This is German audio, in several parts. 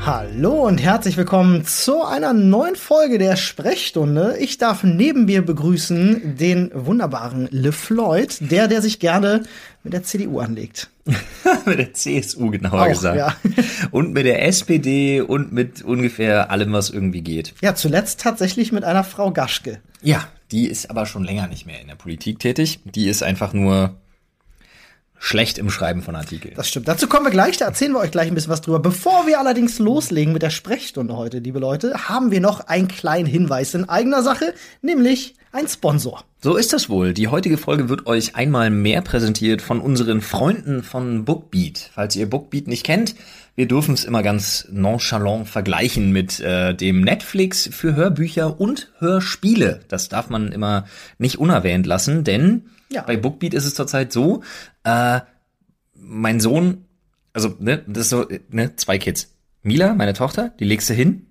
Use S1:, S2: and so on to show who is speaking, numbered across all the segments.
S1: Hallo und herzlich willkommen zu einer neuen Folge der Sprechstunde. Ich darf neben mir begrüßen den wunderbaren Le Floyd, der, der sich gerne mit der CDU anlegt.
S2: mit der CSU genauer
S1: Auch,
S2: gesagt.
S1: ja.
S2: Und mit der SPD und mit ungefähr allem, was irgendwie geht.
S1: Ja, zuletzt tatsächlich mit einer Frau Gaschke.
S2: Ja, die ist aber schon länger nicht mehr in der Politik tätig. Die ist einfach nur schlecht im Schreiben von Artikeln.
S1: Das stimmt. Dazu kommen wir gleich, da erzählen wir euch gleich ein bisschen was drüber. Bevor wir allerdings loslegen mit der Sprechstunde heute, liebe Leute, haben wir noch einen kleinen Hinweis in eigener Sache, nämlich ein Sponsor.
S2: So ist das wohl. Die heutige Folge wird euch einmal mehr präsentiert von unseren Freunden von Bookbeat. Falls ihr Bookbeat nicht kennt, wir dürfen es immer ganz nonchalant vergleichen mit äh, dem Netflix für Hörbücher und Hörspiele. Das darf man immer nicht unerwähnt lassen, denn
S1: Ja.
S2: bei Bookbeat ist es zurzeit so, äh, mein Sohn, also ne, das ist so, äh, ne, zwei Kids. Mila, meine Tochter, die legst du hin,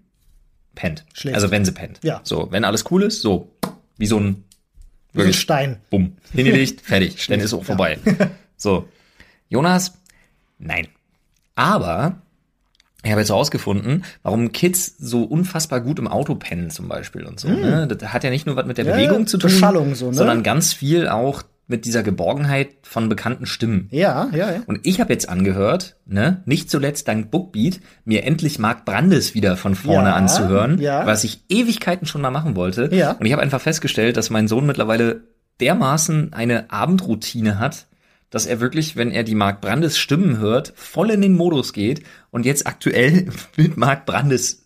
S2: pennt.
S1: Schläft.
S2: Also wenn sie pennt.
S1: Ja.
S2: So, wenn alles cool ist, so. Wie so ein
S1: Diesen
S2: Wirklich.
S1: Stein.
S2: Bumm. Hingelegt, fertig. Dann ist auch vorbei. So. Jonas, nein. Aber ich habe jetzt herausgefunden, warum Kids so unfassbar gut im Auto pennen zum Beispiel und so. Ne? Das hat ja nicht nur was mit der
S1: Hm. Ja,
S2: Bewegung zu tun,
S1: Beschallung so, ne?
S2: sondern ganz viel auch mit dieser Geborgenheit von bekannten Stimmen.
S1: Ja, ja, ja.
S2: Und ich habe jetzt angehört, ne, nicht zuletzt dank Bookbeat, mir endlich Marc Brandes wieder von vorne
S1: Ja,
S2: anzuhören,
S1: ja.
S2: was ich Ewigkeiten schon mal machen wollte.
S1: Ja.
S2: Und ich habe einfach festgestellt, dass mein Sohn mittlerweile dermaßen eine Abendroutine hat, dass er wirklich, wenn er die Marc Brandes Stimmen hört, voll in den Modus geht und jetzt aktuell mit Marc Brandes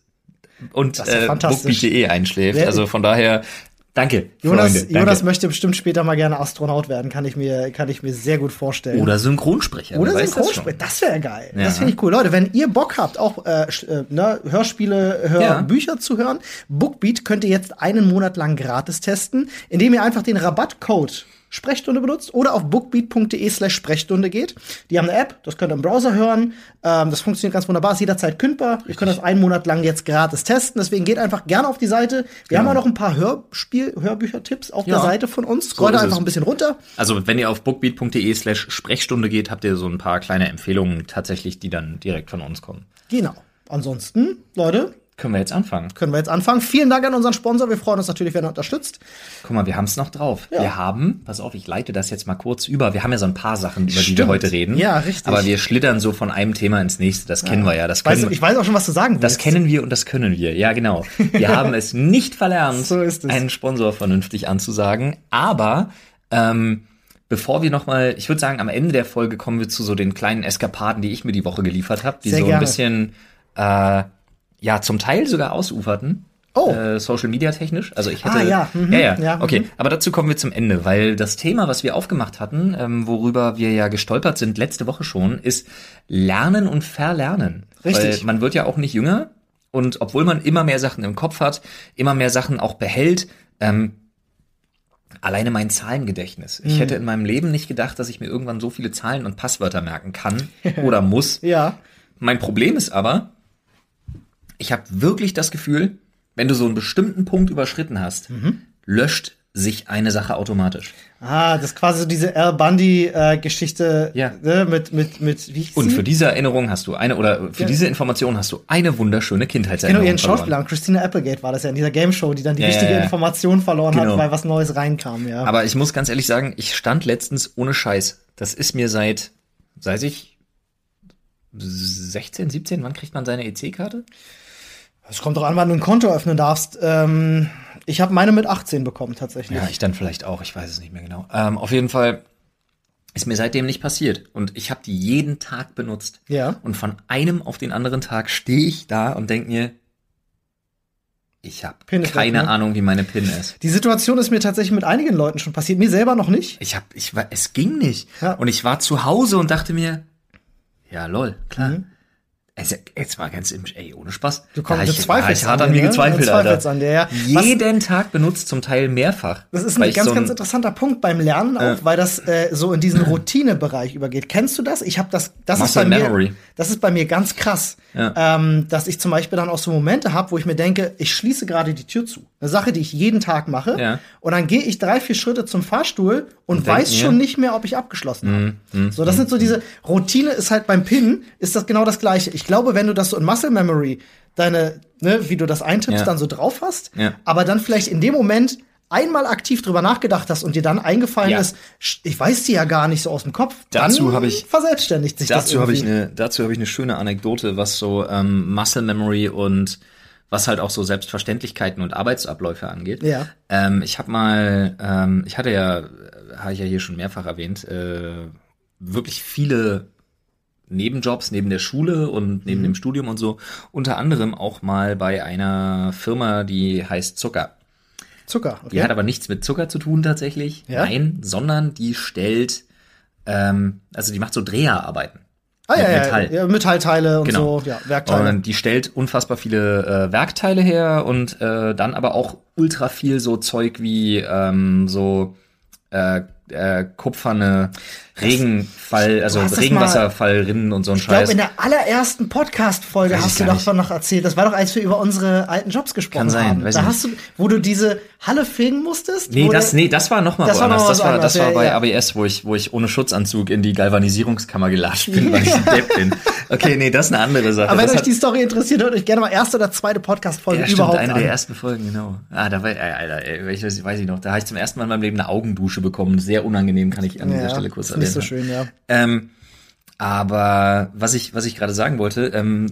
S2: und
S1: Das ist ja
S2: äh,
S1: fantastisch.
S2: Bookbeat.de einschläft.
S1: Wer-
S2: also von daher, danke,
S1: Jonas,
S2: Freunde. Danke.
S1: Jonas möchte bestimmt später mal gerne Astronaut werden, kann ich mir, kann ich mir sehr gut vorstellen.
S2: oder Synchronsprecher.
S1: Oder
S2: wer weiß das schon.
S1: Synchronsprecher, das wäre geil.
S2: Ja.
S1: Das finde ich cool. Leute, wenn ihr Bock habt, auch äh, sch- äh, ne, Hörspiele,
S2: Ja.
S1: Hörbücher zu hören, Bookbeat könnt ihr jetzt einen Monat lang gratis testen, indem ihr einfach den Rabattcode Sprechstunde benutzt oder auf bookbeat.de slash Sprechstunde geht. Die haben eine App, das könnt ihr im Browser hören. Ähm, das funktioniert ganz wunderbar, ist jederzeit kündbar. Ihr könnt das einen Monat lang jetzt gratis testen. Deswegen geht einfach gerne auf die Seite. Wir haben auch noch ein paar Hörspiel, Hörbücher-Tipps auf der
S2: Genau. Ja.
S1: Seite von uns. Scrollt
S2: ist
S1: einfach
S2: es.
S1: ein bisschen runter.
S2: Also wenn ihr auf bookbeat.de slash Sprechstunde geht, habt ihr so ein paar kleine Empfehlungen tatsächlich, die dann direkt von uns kommen.
S1: Genau. Ansonsten, Leute,
S2: Können wir jetzt anfangen?
S1: können wir jetzt anfangen. Vielen Dank an unseren Sponsor. Wir freuen uns natürlich, wenn er unterstützt.
S2: Guck mal, wir haben es noch drauf. Wir haben, pass auf, ich leite das jetzt mal kurz über. Wir haben ja so ein paar Sachen, über die wir
S1: Stimmt.
S2: heute reden.
S1: Ja, richtig.
S2: Aber wir schlittern so von einem Thema ins nächste. Das kennen wir ja. Das
S1: Ich weiß,
S2: können,
S1: ich weiß auch schon, was du sagen willst.
S2: das kennen wir und das können wir. Ja, genau. Wir haben es nicht verlernt,
S1: So ist es.
S2: einen Sponsor vernünftig anzusagen. Aber ähm, bevor wir nochmal, ich würde sagen, am Ende der Folge kommen wir zu so den kleinen Eskapaden, die ich mir die Woche geliefert habe, die
S1: Sehr
S2: so ein
S1: gerne.
S2: bisschen äh, ja zum Teil sogar ausuferten.
S1: Oh.
S2: Äh, Social Media technisch. Also ich hätte.
S1: Ah, ja. Mhm.
S2: ja, ja.
S1: Ja,
S2: Okay, aber dazu kommen wir zum Ende, weil das Thema, was wir aufgemacht hatten, ähm, worüber wir ja gestolpert sind letzte Woche schon, ist Lernen und Verlernen.
S1: Richtig.
S2: Weil man wird ja auch nicht jünger und obwohl man immer mehr Sachen im Kopf hat, immer mehr Sachen auch behält, ähm, alleine mein Zahlengedächtnis. Ich hätte in meinem Leben nicht gedacht, dass ich mir irgendwann so viele Zahlen und Passwörter merken kann oder muss.
S1: Ja.
S2: Mein Problem ist aber, ich habe wirklich das Gefühl, wenn du so einen bestimmten Punkt überschritten hast, löscht sich eine Sache automatisch.
S1: Ah, das ist quasi so diese Al Bundy-Geschichte
S2: Ja.
S1: ne, mit, mit, mit, wie hieß
S2: Und
S1: sie?
S2: für diese Erinnerung hast du eine oder für
S1: Ja.
S2: diese Information hast du eine wunderschöne
S1: Genau,
S2: Kindheitserinnerung.
S1: ihren
S2: verloren.
S1: Schauspieler, Christina Applegate war das ja in dieser Game Show, die dann die
S2: Ja,
S1: richtige
S2: ja, ja.
S1: Information verloren hat,
S2: Genau.
S1: weil was Neues reinkam, ja.
S2: Aber ich muss ganz ehrlich sagen, ich stand letztens ohne Scheiß. Das ist mir seit, seit ich 16, 17, wann kriegt man seine E EC-Karte?
S1: Es kommt doch an, wann du ein Konto öffnen darfst. Ähm, ich habe meine mit 18 bekommen, tatsächlich.
S2: Ja, ich dann vielleicht auch, ich weiß es nicht mehr genau. Ähm, auf jeden Fall ist mir seitdem nicht passiert. Und ich habe die jeden Tag benutzt.
S1: Ja.
S2: Und von einem auf den anderen Tag stehe ich da und denke mir, ich habe
S1: Pin ist
S2: keine
S1: weg, ne?
S2: Ahnung, wie meine PIN ist.
S1: Die Situation ist mir tatsächlich mit einigen Leuten schon passiert, mir selber noch nicht.
S2: Ich hab, ich war, es ging nicht.
S1: Ja.
S2: Und ich war zu Hause und dachte mir, ja lol, klar. Es, jetzt war ganz im, ey, ohne Spaß.
S1: Mhm. Du kommst,
S2: da
S1: du
S2: ich,
S1: zweifelst
S2: ich hart
S1: an
S2: an
S1: dir,
S2: mir
S1: ne?
S2: gezweifelt,
S1: Du zweifelst
S2: Alter.
S1: an dir, ja. Was-
S2: Jeden Tag benutzt, zum Teil mehrfach.
S1: Das ist
S2: Weil
S1: ein
S2: ich
S1: ganz,
S2: so
S1: ganz interessanter Punkt beim Lernen auch, weil das äh, so in diesen Routinebereich übergeht. Kennst du das? Ich habe das, das ist bei
S2: Muscle
S1: mir,
S2: Memory.
S1: das ist bei mir ganz krass, ähm, dass ich zum Beispiel dann auch so Momente habe, wo ich mir denke, ich schließe gerade die Tür zu. Eine Sache, die ich jeden Tag mache.
S2: Ja.
S1: Und dann gehe ich drei, vier Schritte zum Fahrstuhl und,
S2: Und denk
S1: weiß
S2: mir- Mhm.
S1: schon nicht mehr, ob ich abgeschlossen habe. so, das sind so diese Routine ist halt beim Pin, ist das genau das Gleiche. Ich glaube, wenn du das so in Muscle Memory, deine, ne, wie du das eintippst,
S2: Ja.
S1: dann so drauf hast,
S2: Ja.
S1: aber dann vielleicht in dem Moment einmal aktiv drüber nachgedacht hast und dir dann eingefallen
S2: Ja.
S1: ist, sch- ich weiß die ja gar nicht so aus dem Kopf.
S2: Dazu
S1: dann
S2: habe ich-
S1: verselbstständigt sich das
S2: Dazu habe ich
S1: irgendwie.
S2: eine, dazu habe ich eine schöne Anekdote, was so ähm, Muscle Memory und was halt auch so Selbstverständlichkeiten und Arbeitsabläufe angeht.
S1: Ja.
S2: Ähm, ich habe mal, ähm, ich hatte ja, habe ich ja hier schon mehrfach erwähnt, äh, wirklich viele Nebenjobs neben der Schule und
S1: Mhm.
S2: neben dem Studium und so. Unter anderem auch mal bei einer Firma, die heißt Zucker.
S1: Zucker.
S2: Die hat aber nichts mit Zucker zu tun tatsächlich.
S1: Ja?
S2: Nein, sondern die stellt, ähm, also die macht so Dreherarbeiten.
S1: ah, ja,
S2: mit
S1: ja,
S2: Metall.
S1: Ja, Metallteile und
S2: Genau.
S1: so, ja, Werkteile.
S2: Und die stellt unfassbar viele äh, Werkteile her und äh, dann aber auch ultra viel so Zeug wie ähm, so äh, äh, kupferne Regenfall, also
S1: hast das mal-
S2: Regenwasserfallrinnen und so ein
S1: Ich glaube,
S2: Scheiß.
S1: in der allerersten Podcast-Folge
S2: Weiß
S1: hast
S2: ich
S1: du
S2: gar
S1: davon noch erzählt. Das war doch, als wir über unsere alten Jobs gesprochen
S2: Kann sein,
S1: haben.
S2: weiß
S1: da
S2: ich
S1: hast du, wo du diese Halle fegen musstest.
S2: Nee
S1: wo
S2: das,
S1: der-
S2: nee, das war nochmal
S1: Das war noch
S2: woanders.
S1: mal
S2: Das
S1: was
S2: war, das war
S1: anderes,
S2: bei
S1: ja,
S2: ABS, wo ich, wo ich ohne Schutzanzug in die Galvanisierungskammer gelatscht bin, weil ich ein Depp bin. Okay, nee, das ist eine andere Sache.
S1: Aber wenn
S2: das
S1: euch
S2: hat-
S1: die Story interessiert, hört euch gerne mal erste oder zweite Podcast-Folge
S2: Ja, stimmt,
S1: überhaupt
S2: eine
S1: an.
S2: der ersten Folgen, genau. Ah, da war, ey, Alter, ey, ich weiß, weiß ich noch, da habe ich zum ersten Mal in meinem Leben eine Augendusche bekommen. Sehr unangenehm, kann ich an dieser
S1: ja,
S2: Stelle kurz
S1: ist nicht so
S2: erwähnen.
S1: schön, ja.
S2: Ähm, aber was ich, was ich gerade sagen wollte, ähm,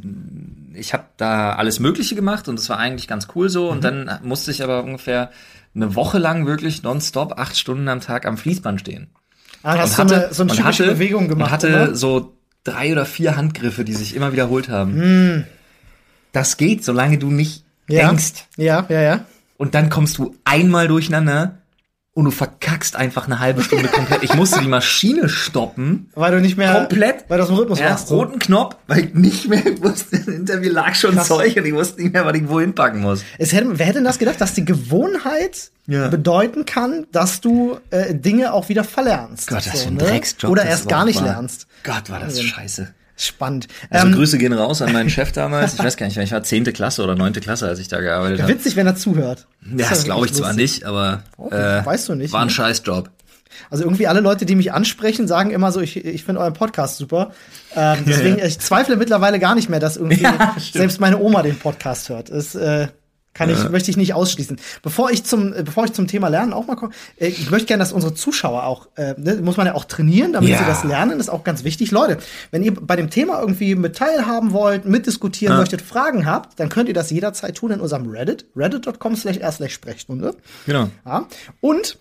S2: ich habe da alles Mögliche gemacht und es war eigentlich ganz cool so. Und
S1: Mhm.
S2: dann musste ich aber ungefähr eine Woche lang wirklich nonstop acht Stunden am Tag am Fließband stehen.
S1: Ah, da hast
S2: Und
S1: du eine, so eine
S2: und
S1: typische Bewegung gemacht.
S2: Und hatte
S1: oder?
S2: so drei oder vier Handgriffe, die sich immer wiederholt haben. Das geht, solange du nicht
S1: Mhm. ja.
S2: denkst.
S1: Ja, ja, ja.
S2: Und dann kommst du einmal durcheinander und du verkackst einfach eine halbe Stunde komplett. Ich musste die Maschine stoppen.
S1: Weil du nicht mehr.
S2: Komplett.
S1: Weil du aus dem Rhythmus
S2: Ja,
S1: warst. so.
S2: roten Knopf, weil ich nicht mehr wusste, hinter mir lag schon
S1: Krass.
S2: Zeug und ich wusste nicht mehr, was ich wohin packen muss.
S1: Es hätte, wer hätte denn das gedacht, dass die Gewohnheit
S2: Ja.
S1: bedeuten kann, dass du äh, Dinge auch wieder verlernst?
S2: Gott, das
S1: So,
S2: ist ein
S1: ne?
S2: Drecksjob.
S1: Oder
S2: das
S1: erst gar
S2: überhaupt
S1: nicht
S2: war.
S1: lernst.
S2: Gott, war das scheiße.
S1: Spannend.
S2: Also
S1: Ähm,
S2: Grüße gehen raus an meinen Chef damals. Ich weiß gar nicht mehr, ich war zehnte Klasse oder neunte Klasse, als ich da gearbeitet habe.
S1: witzig, wenn er zuhört.
S2: Ja, das
S1: ja
S2: glaube ich
S1: wirklich
S2: zwar
S1: lustig. Oh,
S2: nicht, aber äh,
S1: weißt du nicht,
S2: war ein
S1: ne?
S2: Scheißjob.
S1: Also irgendwie alle Leute, die mich ansprechen, sagen immer so, ich, ich finde euren Podcast super. Ähm, deswegen, ich zweifle mittlerweile gar nicht mehr, dass irgendwie
S2: Ja, stimmt.
S1: selbst meine Oma den Podcast hört. Das äh, kann ich, möchte ich nicht ausschließen. Bevor ich zum, äh, bevor ich zum Thema Lernen auch mal komme, äh, ich möchte gerne, dass unsere Zuschauer auch, äh, ne, muss man ja auch trainieren, damit
S2: Ja.
S1: sie das lernen, ist auch ganz wichtig. Leute, wenn ihr bei dem Thema irgendwie mit teilhaben wollt, mitdiskutieren möchtet, Fragen habt, dann könnt ihr das jederzeit tun in unserem Reddit, reddit.com slash r slash Sprechstunde.
S2: Genau.
S1: Ja. Und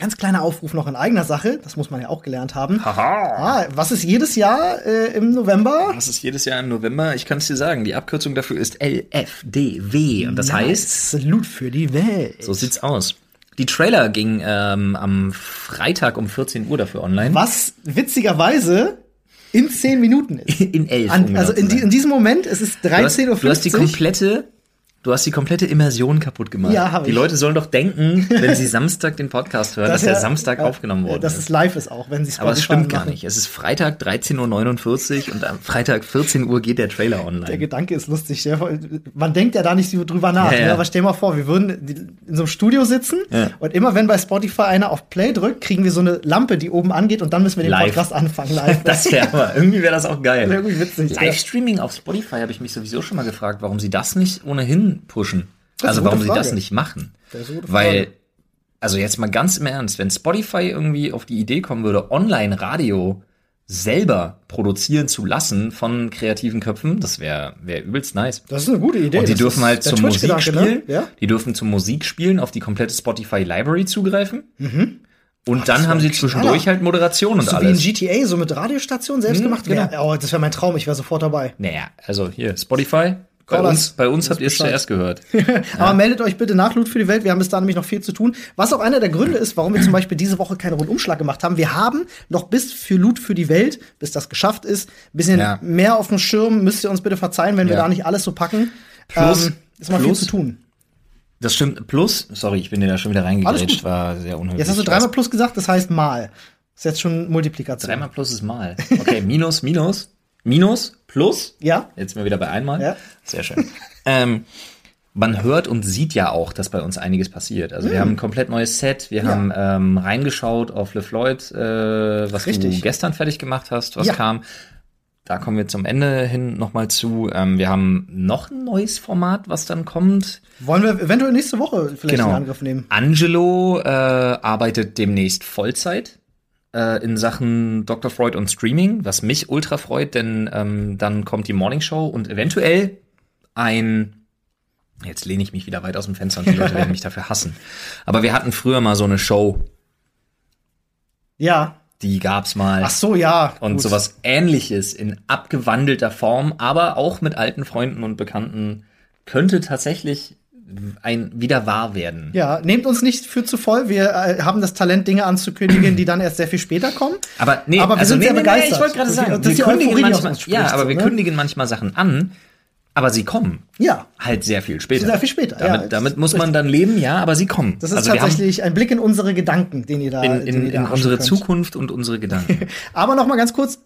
S1: ganz kleiner Aufruf noch in eigener Sache, das muss man ja auch gelernt haben.
S2: Haha.
S1: Ah, was ist jedes Jahr äh, im November?
S2: Das ist jedes Jahr im November. Ich kann es dir sagen, die Abkürzung dafür ist LFDW. Und das heißt,
S1: Salut für die Welt.
S2: so sieht's aus. Die Trailer ging ähm, am Freitag um 14 Uhr dafür online.
S1: Was witzigerweise in zehn Minuten ist.
S2: In 11
S1: An,
S2: um
S1: also
S2: genau zu
S1: in, die,
S2: sein.
S1: in diesem Moment, es ist
S2: du, hast,
S1: 13.50 Uhr.
S2: du hast die komplette Du hast die komplette Immersion kaputt gemacht.
S1: Ja, hab
S2: die
S1: ich.
S2: Leute sollen doch denken, wenn sie Samstag den Podcast hören, dass, der
S1: ja-
S2: Samstag
S1: ja,
S2: aufgenommen
S1: äh,
S2: wurde.
S1: Dass es live ist auch, wenn sie
S2: Aber es
S1: Spotify
S2: stimmt gar
S1: machen.
S2: nicht. Es ist Freitag 13.49 Uhr und am Freitag 14 Uhr geht der Trailer
S1: Der
S2: online.
S1: Gedanke ist lustig. ja. Man denkt ja da nicht so drüber nach.
S2: Ja, ja.
S1: Ne? Aber stell mal vor, wir würden die- in so einem Studio sitzen
S2: Ja.
S1: und immer wenn bei Spotify einer auf Play drückt, kriegen wir so eine Lampe, die oben angeht und dann müssen wir den
S2: Live.
S1: Podcast anfangen live.
S2: Das wäre aber, irgendwie wäre das auch geil.
S1: Wär irgendwie witzig, ja.
S2: Livestreaming auf Spotify habe ich mich sowieso schon mal gefragt, warum sie das nicht ohnehin pushen.
S1: ist
S2: Also
S1: eine gute
S2: warum sie
S1: Frage.
S2: das nicht machen.
S1: Das ist eine gute Frage.
S2: Weil, also jetzt mal ganz im Ernst, wenn Spotify irgendwie auf die Idee kommen würde, Online-Radio selber produzieren zu lassen von kreativen Köpfen, das wäre wär übelst nice.
S1: Das ist eine gute Idee.
S2: Und die
S1: Das
S2: dürfen
S1: ist
S2: halt
S1: der
S2: zum Musik
S1: Twitch-Gedanke,
S2: spielen.
S1: Ne? Ja?
S2: Die dürfen zum Musik spielen, auf die komplette Spotify Library zugreifen.
S1: Mhm.
S2: Und dann haben sie zwischendurch halt Moderation und
S1: So wie in
S2: alles.
S1: GTA, so mit Radiostation selbst gemacht.
S2: genau.
S1: Ja, oh, das wäre mein Traum, ich wäre sofort dabei.
S2: Naja, also hier, Spotify. Bei
S1: Call
S2: uns,
S1: us.
S2: bei uns habt ihr es
S1: Bescheid.
S2: zuerst gehört.
S1: Aber meldet euch bitte nach Loot für die Welt. Wir haben bis da nämlich noch viel zu tun. Was auch einer der Gründe ist, warum wir zum Beispiel diese Woche keinen Rundumschlag gemacht haben. Wir haben noch bis für Loot für die Welt, bis das geschafft ist, ein bisschen
S2: Ja.
S1: mehr auf dem Schirm. Müsst ihr uns bitte verzeihen, wenn wir
S2: Ja.
S1: da nicht alles so packen. Ähm,
S2: Plus-
S1: ist mal
S2: plus-
S1: viel zu tun.
S2: Das stimmt. Plus, sorry, ich bin dir da schon wieder
S1: Alles gut.
S2: reingegrätscht, war sehr unhöflich.
S1: Jetzt hast du
S2: Ich weiß.
S1: dreimal plus gesagt, das heißt mal. Ist jetzt schon Multiplikation.
S2: Dreimal plus ist mal. Okay, minus, minus, minus, plus.
S1: Ja?
S2: Jetzt sind wir wieder bei einmal.
S1: Ja.
S2: Sehr schön. ähm, man hört und sieht ja auch, dass bei uns einiges passiert.
S1: Hm.
S2: Also wir haben ein komplett neues Set, wir haben ähm, reingeschaut auf Le Floyd, äh, was du
S1: Richtig.
S2: gestern fertig gemacht hast, was
S1: Ja.
S2: kam. Da kommen wir zum Ende hin nochmal zu. Ähm, wir haben noch ein neues Format, was dann kommt.
S1: Wollen wir eventuell nächste Woche vielleicht
S2: Genau.
S1: in Angriff nehmen?
S2: Angelo äh, arbeitet demnächst Vollzeit äh, in Sachen Dr. Freud und Streaming, was mich ultra freut, denn ähm, dann kommt die Morning Show und eventuell ein Jetzt lehne ich mich wieder weit aus dem Fenster und die Leute werden mich dafür hassen. Aber wir hatten früher mal so eine Show,
S1: Ja.
S2: die gab's mal.
S1: Ach so, ja.
S2: und
S1: gut.
S2: sowas ähnliches in abgewandelter Form, aber auch mit alten Freunden und Bekannten könnte tatsächlich ein wieder wahr werden.
S1: Ja, nehmt uns nicht für zu voll. Wir äh, haben das Talent, Dinge anzukündigen, die dann erst sehr viel später kommen.
S2: Aber nee,
S1: Aber wir
S2: also
S1: sind
S2: nee,
S1: sehr
S2: nee,
S1: begeistert.
S2: Nee, ich wollte gerade
S1: Dass die-
S2: sagen,
S1: dass die
S2: wir kündigen
S1: Euphorie aus
S2: manchmal,
S1: uns spricht,
S2: ja, aber
S1: so,
S2: wir
S1: ne?
S2: kündigen manchmal Sachen an, aber sie kommen
S1: Ja,
S2: halt sehr viel später.
S1: Sehr viel später, ja.
S2: Damit, damit muss man dann leben, ja, aber sie kommen.
S1: das ist
S2: also wir haben
S1: tatsächlich ein Blick in unsere Gedanken, den ihr da
S2: in,
S1: den
S2: in,
S1: ihr da
S2: in
S1: haschen
S2: unsere
S1: könnt.
S2: Zukunft und unsere Gedanken.
S1: Aber noch mal ganz kurz,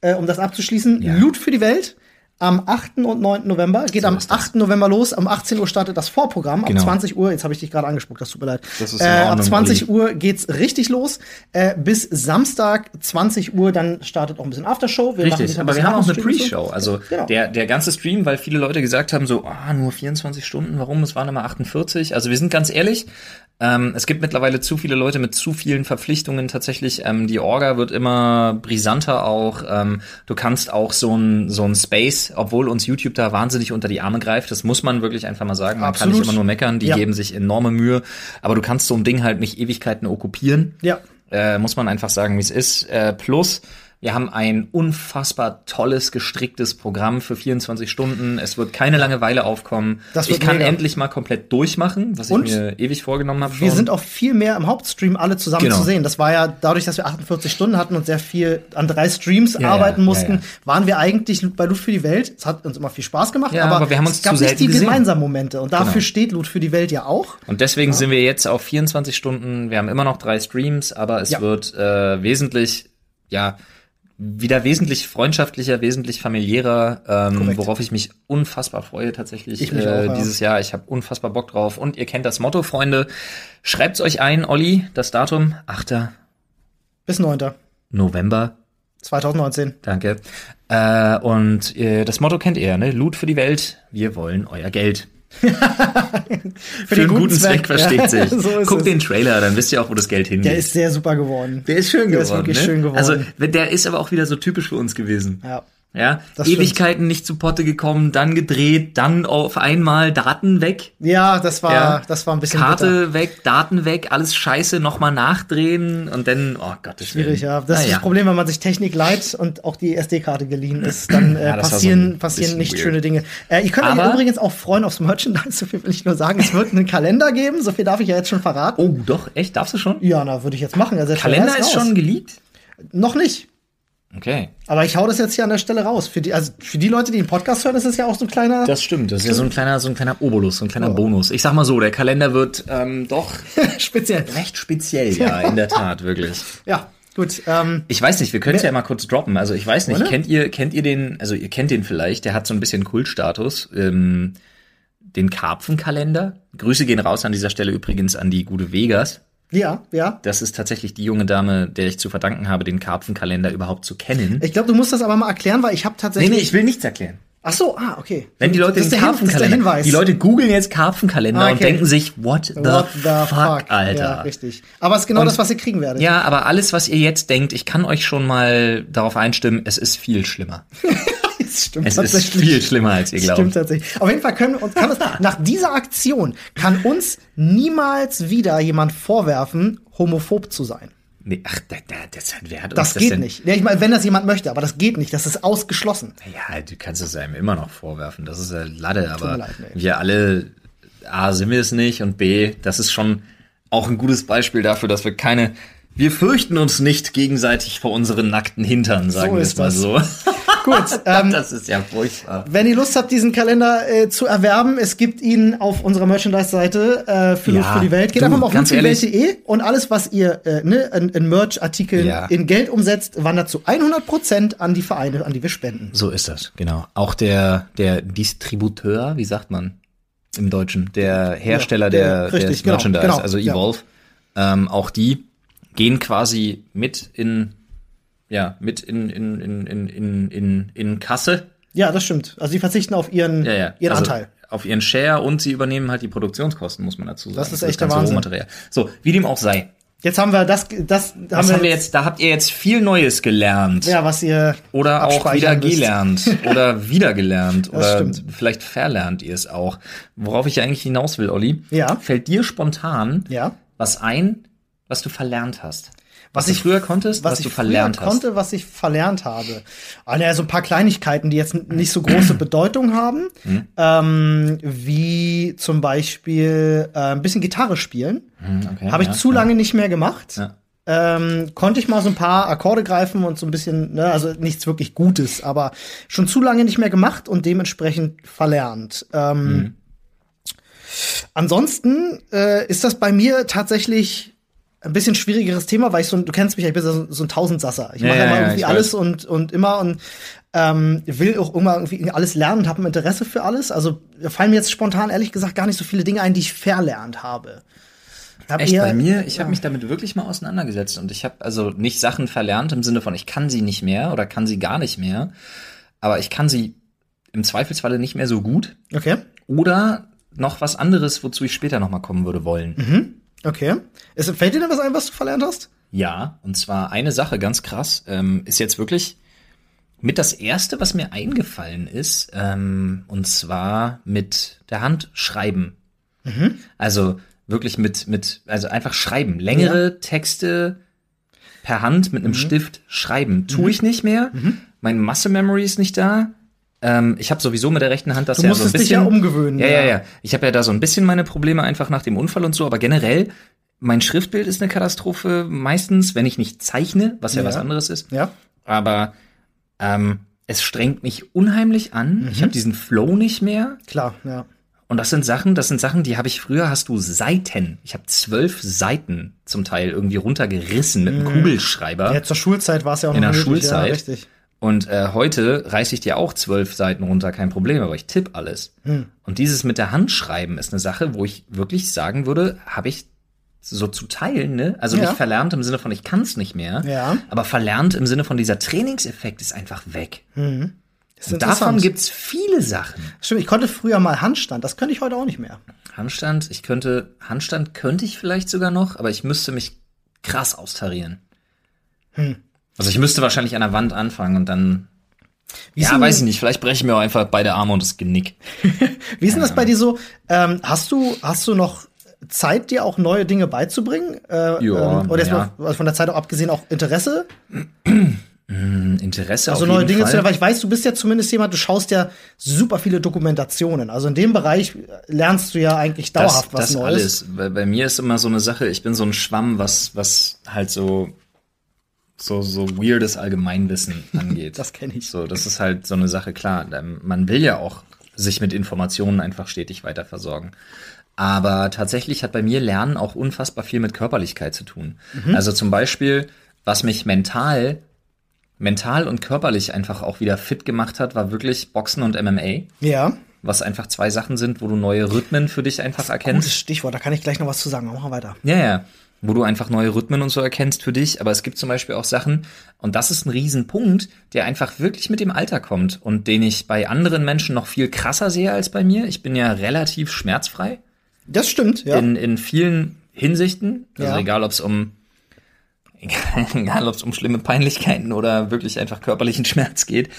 S1: äh, um das abzuschließen,
S2: Ja.
S1: Loot für die Welt am 8. und 9. November. Geht am
S2: ist das.
S1: 8. November los. Am 18 Uhr startet das Vorprogramm.
S2: Genau.
S1: Ab 20 Uhr, jetzt habe ich dich gerade angespuckt, das tut mir leid.
S2: Das ist
S1: äh,
S2: in Ordnung,
S1: ab 20
S2: Olli.
S1: Uhr geht's richtig los. Äh, bis Samstag 20 Uhr, dann startet auch ein bisschen Aftershow. Wir
S2: Richtig, aber wir haben auch eine Pre-Show. Also
S1: Genau.
S2: der, der ganze Stream, weil viele Leute gesagt haben, so, ah, nur 24 Stunden, warum? Es waren immer 48. Also wir sind ganz ehrlich, ähm, es gibt mittlerweile zu viele Leute mit zu vielen Verpflichtungen tatsächlich. Ähm, die Orga wird immer brisanter auch. Ähm, du kannst auch so ein, so ein Space, obwohl uns YouTube da wahnsinnig unter die Arme greift, das muss man wirklich einfach mal sagen. Man kann
S1: Absolut.
S2: nicht immer nur meckern, die
S1: Ja.
S2: geben sich enorme Mühe. Aber du kannst so ein Ding halt nicht Ewigkeiten okkupieren
S1: Ja.
S2: äh, muss man einfach sagen, wie es ist. Äh, plus, wir haben ein unfassbar tolles, gestricktes Programm für 24 Stunden. Es wird keine Langeweile aufkommen.
S1: Das
S2: ich
S1: wird
S2: kann
S1: mega.
S2: endlich mal komplett durchmachen, was
S1: Und
S2: ich mir ewig vorgenommen habe.
S1: Wir
S2: schon.
S1: sind auch viel mehr im Hauptstream alle zusammen
S2: Genau.
S1: zu sehen. Das war ja dadurch, dass wir 48 Stunden hatten und sehr viel an drei Streams
S2: ja,
S1: arbeiten
S2: ja,
S1: mussten,
S2: ja.
S1: waren wir eigentlich bei Loot für die Welt. Es hat uns immer viel Spaß gemacht,
S2: Ja,
S1: aber,
S2: aber wir haben uns
S1: es gab
S2: zu
S1: nicht
S2: selten
S1: die
S2: gesehen.
S1: gemeinsamen Momente. Und dafür
S2: Genau.
S1: steht Loot für die Welt ja auch.
S2: Und deswegen sind wir jetzt auf 24 Stunden. Wir haben immer noch drei Streams, aber es
S1: Ja.
S2: wird äh, wesentlich, ja, wieder wesentlich freundschaftlicher, wesentlich familiärer, ähm,
S1: Korrekt.
S2: worauf ich mich unfassbar freue tatsächlich äh,
S1: Ich mich auch, ja.
S2: dieses Jahr. Ich habe unfassbar Bock drauf. Und ihr kennt das Motto, Freunde. Schreibt's euch ein, Olli, das Datum 8.
S1: Bis 9.
S2: November.
S1: 2019.
S2: Danke. Äh, und äh, das Motto kennt ihr, ne? Loot für die Welt. Wir wollen euer Geld. Für,
S1: den
S2: einen
S1: guten
S2: guten Zweck,
S1: Zweck, ja.
S2: versteht sich.
S1: So ist
S2: Guckt
S1: es.
S2: den Trailer, dann wisst ihr auch, wo das Geld hingeht.
S1: Der ist sehr super geworden.
S2: Der ist schön
S1: Der
S2: geworden.
S1: ist wirklich
S2: ne?
S1: schön geworden.
S2: Also wenn- der ist aber auch wieder so typisch für uns gewesen.
S1: Ja.
S2: Ja,
S1: Das stimmt.
S2: Ewigkeiten nicht zu Potte gekommen, dann gedreht, dann auf einmal Daten weg,
S1: Ja, das war,
S2: Ja.
S1: das war ein bisschen
S2: Karte
S1: bitter.
S2: weg, Daten weg, alles Scheiße, nochmal nachdrehen und dann, oh Gott, das
S1: Schwierig, ja. Das ist das Problem, wenn man sich Technik leiht und auch die SD-Karte geliehen ist, dann äh,
S2: Ja, das war so
S1: passieren,
S2: ein
S1: passieren
S2: bisschen
S1: nicht
S2: weird.
S1: schöne Dinge. Äh, ihr könnt euch
S2: Aber-
S1: übrigens auch freuen aufs Merchandise, so viel will ich nur sagen. Es wird einen Kalender geben, so viel darf ich ja jetzt schon verraten.
S2: Oh, doch, echt, darfst du schon?
S1: Ja, na, würde ich jetzt machen. Also der
S2: Kalender
S1: Trailer
S2: ist
S1: raus.
S2: schon geleakt?
S1: Noch nicht.
S2: Okay.
S1: Aber ich hau das jetzt hier an der Stelle raus. Für die, also für die Leute, die den Podcast hören, ist das ja auch so ein kleiner.
S2: Das stimmt, das ist ja so ein kleiner, so ein kleiner Obolus, so ein kleiner Bonus. Ich sag mal so, der Kalender wird ähm, doch
S1: speziell.
S2: recht speziell, ja, in der Tat, wirklich.
S1: Ja, gut. Ähm,
S2: Ich weiß nicht, wir können es ja mal kurz droppen. Also ich weiß nicht,
S1: Oder?
S2: kennt ihr, kennt ihr den, also ihr kennt den vielleicht, der hat so ein bisschen Kultstatus, ähm, den Karpfenkalender. Grüße gehen raus an dieser Stelle übrigens an die gute Vegas.
S1: ja, ja.
S2: Das ist tatsächlich die junge Dame, der ich zu verdanken habe, den Karpfenkalender überhaupt zu kennen.
S1: Ich glaube, du musst das aber mal erklären, weil ich habe tatsächlich.
S2: will nichts erklären.
S1: Ach so, ah, okay.
S2: Wenn die Leute
S1: das ist
S2: den
S1: der Hin- das ist der
S2: Karpfenkalender,
S1: Hinweis.
S2: die Leute googeln jetzt Karpfenkalender
S1: Ah,
S2: und
S1: okay.
S2: denken sich, what the,
S1: What the
S2: fuck,
S1: fuck,
S2: Alter.
S1: Ja, richtig. Aber es ist genau das, was ihr kriegen werdet.
S2: Ja, aber alles, was ihr jetzt denkt, ich kann euch schon mal darauf einstimmen, es ist viel schlimmer.
S1: das stimmt
S2: Es ist viel schlimmer, als ihr
S1: Das
S2: glaubt.
S1: Stimmt tatsächlich. Auf jeden Fall können wir uns, kann uns nach dieser Aktion kann uns niemals wieder jemand vorwerfen, homophob zu sein.
S2: Nee, ach, da, da, das, wer hat uns
S1: Das,
S2: das
S1: geht
S2: denn?
S1: nicht. Ja, ich meine, wenn das jemand möchte, aber das geht nicht. Das ist ausgeschlossen.
S2: Ja, du kannst es einem immer noch vorwerfen. Das ist ja Lade,
S1: mir
S2: aber
S1: leid, nee.
S2: wir alle, A, sind wir es nicht und B, das ist schon auch ein gutes Beispiel dafür, dass wir keine, wir fürchten uns nicht gegenseitig vor unseren nackten Hintern, sagen wir
S1: ist
S2: es mal
S1: das.
S2: so.
S1: Gut, ähm,
S2: das ist ja furchtbar.
S1: wenn ihr Lust habt, diesen Kalender äh, zu erwerben, es gibt ihn auf unserer Merchandise-Seite äh, für,
S2: Ja,
S1: für die Welt. Geht
S2: du,
S1: einfach mal auf
S2: ganz ehrlich.
S1: lootfürdiewelt.de und alles, was ihr äh, ne, in, in Merch-Artikeln
S2: Ja.
S1: in Geld umsetzt, wandert zu 100% an die Vereine, an die wir spenden.
S2: So ist das, genau. Auch der, der Distributeur, wie sagt man? im Deutschen, der Hersteller
S1: der-
S2: der,
S1: richtig,
S2: des
S1: genau,
S2: Merchandise,
S1: genau,
S2: also
S1: ja.
S2: Evolve, ähm, auch die gehen quasi mit in ja, mit in, in, in, in, in, in, in Kasse.
S1: Ja, das stimmt. Also sie verzichten auf ihren,
S2: Ja, ja.
S1: ihren
S2: also
S1: Anteil.
S2: Auf ihren Share und sie übernehmen halt die Produktionskosten, muss man dazu sagen.
S1: Das ist
S2: für
S1: echt der
S2: ganze
S1: Wahnsinn.
S2: Rohmaterial. So, wie dem auch sei.
S1: Jetzt haben wir das, das,
S2: Das haben wir jetzt, da habt ihr jetzt viel Neues gelernt.
S1: ja, was ihr
S2: Oder auch
S1: abspeichern
S2: wieder
S1: müsst.
S2: gelernt oder wieder gelernt oder
S1: stimmt.
S2: vielleicht verlernt ihr es auch. Worauf ich eigentlich hinaus will, Olli,
S1: Ja.
S2: fällt dir spontan
S1: Ja.
S2: was ein, was du verlernt hast?
S1: Was
S2: Was, du
S1: ich-
S2: früher konntest, was,
S1: was,
S2: du
S1: ich verlernt
S2: verlernt
S1: früher
S2: hast.
S1: konnte, was ich verlernt habe. Ah, naja, so ein paar Kleinigkeiten, die jetzt n- nicht so große Bedeutung haben,
S2: Mhm.
S1: ähm, wie zum Beispiel äh, ein bisschen Gitarre spielen.
S2: Hm, okay,
S1: Habe ich
S2: ja,
S1: zu
S2: ja.
S1: lange nicht mehr gemacht.
S2: Ja.
S1: Ähm, konnte ich mal so ein paar Akkorde greifen und so ein bisschen, ne, also nichts wirklich Gutes, aber schon zu lange nicht mehr gemacht und dementsprechend verlernt. Ähm,
S2: Mhm.
S1: Ansonsten äh, ist das bei mir tatsächlich ein bisschen schwierigeres Thema, weil ich so ein, du kennst mich, ja, ich bin so, so ein Tausendsasser. Ich
S2: Ja,
S1: mache
S2: ja,
S1: immer
S2: ja,
S1: irgendwie
S2: ich
S1: alles und, und immer und ähm, will auch immer irgendwie alles lernen und habe ein Interesse für alles. Also da fallen mir jetzt spontan ehrlich gesagt gar nicht so viele Dinge ein, die ich verlernt habe. Hab
S2: Echt
S1: eher-
S2: bei mir, ich habe mich damit wirklich mal auseinandergesetzt und ich habe also nicht Sachen verlernt im Sinne von, ich kann sie nicht mehr oder kann sie gar nicht mehr, aber ich kann sie im Zweifelsfalle nicht mehr so gut
S1: Okay,
S2: oder noch was anderes, wozu ich später noch mal kommen würde wollen.
S1: okay. Ist, fällt dir denn was ein, was du verlernt hast?
S2: Ja, und zwar eine Sache ganz krass, ähm, ist jetzt wirklich mit das erste, was mir eingefallen ist, ähm, und zwar mit der Hand schreiben.
S1: Mhm.
S2: Also wirklich mit, mit, also einfach schreiben. Längere Texte per Hand
S1: Mhm.
S2: mit einem Stift schreiben. Tue ich nicht mehr. Mein Muscle Memory ist nicht da. Ähm, ich habe sowieso mit der rechten Hand das
S1: Du
S2: ja so ein
S1: musstest
S2: bisschen.
S1: dich ja umgewöhnen.
S2: Ja, ja, ja. Ich habe ja da so ein bisschen meine Probleme einfach nach dem Unfall und so, aber generell, mein Schriftbild ist eine Katastrophe. Meistens, wenn ich nicht zeichne, was ja,
S1: Ja.
S2: was anderes ist.
S1: Ja,
S2: Aber ähm, es strengt mich unheimlich an. Ich habe diesen Flow nicht mehr.
S1: klar, ja.
S2: Und das sind Sachen, das sind Sachen, die habe ich früher, hast du Seiten. Ich habe zwölf Seiten zum Teil irgendwie runtergerissen mit einem Kugelschreiber.
S1: Ja, zur Schulzeit war es ja auch
S2: In
S1: noch
S2: der
S1: möglich,
S2: Schulzeit.
S1: Ja, richtig.
S2: Und äh, heute reiße ich dir auch zwölf Seiten runter, kein Problem, aber ich tippe alles.
S1: Hm.
S2: Und dieses mit der Hand schreiben ist eine Sache, wo ich wirklich sagen würde, habe ich so zu teilen, ne? Also
S1: Ja.
S2: nicht verlernt im Sinne von, ich kann es nicht mehr,
S1: Ja.
S2: aber verlernt im Sinne von dieser Trainingseffekt ist einfach weg.
S1: Das Mhm. ist
S2: Und davon
S1: interessant.
S2: gibt's viele Sachen.
S1: Stimmt, ich konnte früher mal Handstand, das könnte ich heute auch nicht mehr.
S2: Handstand, ich könnte, Handstand könnte ich vielleicht sogar noch, aber ich müsste mich krass austarieren.
S1: Hm.
S2: Also ich müsste wahrscheinlich an der Wand anfangen und dann.
S1: ist
S2: ja,
S1: denn-
S2: weiß ich nicht, vielleicht brechen mir auch einfach beide Arme und das Genick.
S1: Wie ist denn das bei dir so? Ähm, hast du hast du noch Zeit, dir auch neue Dinge beizubringen? Äh,
S2: Ja,
S1: ähm, oder jetzt
S2: ja.
S1: mal von der Zeit auch abgesehen auch Interesse,
S2: Interesse
S1: also
S2: auf
S1: neue
S2: jeden
S1: Dinge zu
S2: Fall.
S1: lernen, weil ich weiß, du bist ja zumindest jemand, du schaust ja super viele Dokumentationen. Also in dem Bereich lernst du ja eigentlich dauerhaft was
S2: das
S1: Neues.
S2: alles. Bei, bei mir ist immer so eine Sache, ich bin so ein Schwamm, was, was halt so, so, so weirdes Allgemeinwissen angeht.
S1: Das kenn ich.
S2: So, das ist halt so eine Sache, klar. ähm, Man will ja auch sich mit Informationen einfach stetig weiter versorgen. Aber tatsächlich hat bei mir Lernen auch unfassbar viel mit Körperlichkeit zu tun.
S1: Mhm.
S2: Also zum Beispiel, was mich mental, mental und körperlich einfach auch wieder fit gemacht hat, war wirklich Boxen und MMA
S1: Ja,
S2: was einfach zwei Sachen sind, wo du neue Rhythmen für dich einfach
S1: gutes
S2: erkennst.
S1: Stichwort, da kann ich gleich noch was zu sagen. Machen wir weiter.
S2: Ja, ja. Wo du einfach neue Rhythmen und so erkennst für dich. Aber es gibt zum Beispiel auch Sachen, und das ist ein Riesenpunkt, der einfach wirklich mit dem Alter kommt und den ich bei anderen Menschen noch viel krasser sehe als bei mir. Ich bin ja relativ schmerzfrei
S1: Das stimmt, ja.
S2: in, in vielen Hinsichten. Also
S1: Ja.
S2: egal, ob es um egal, egal ob es um schlimme Peinlichkeiten oder wirklich einfach körperlichen Schmerz geht.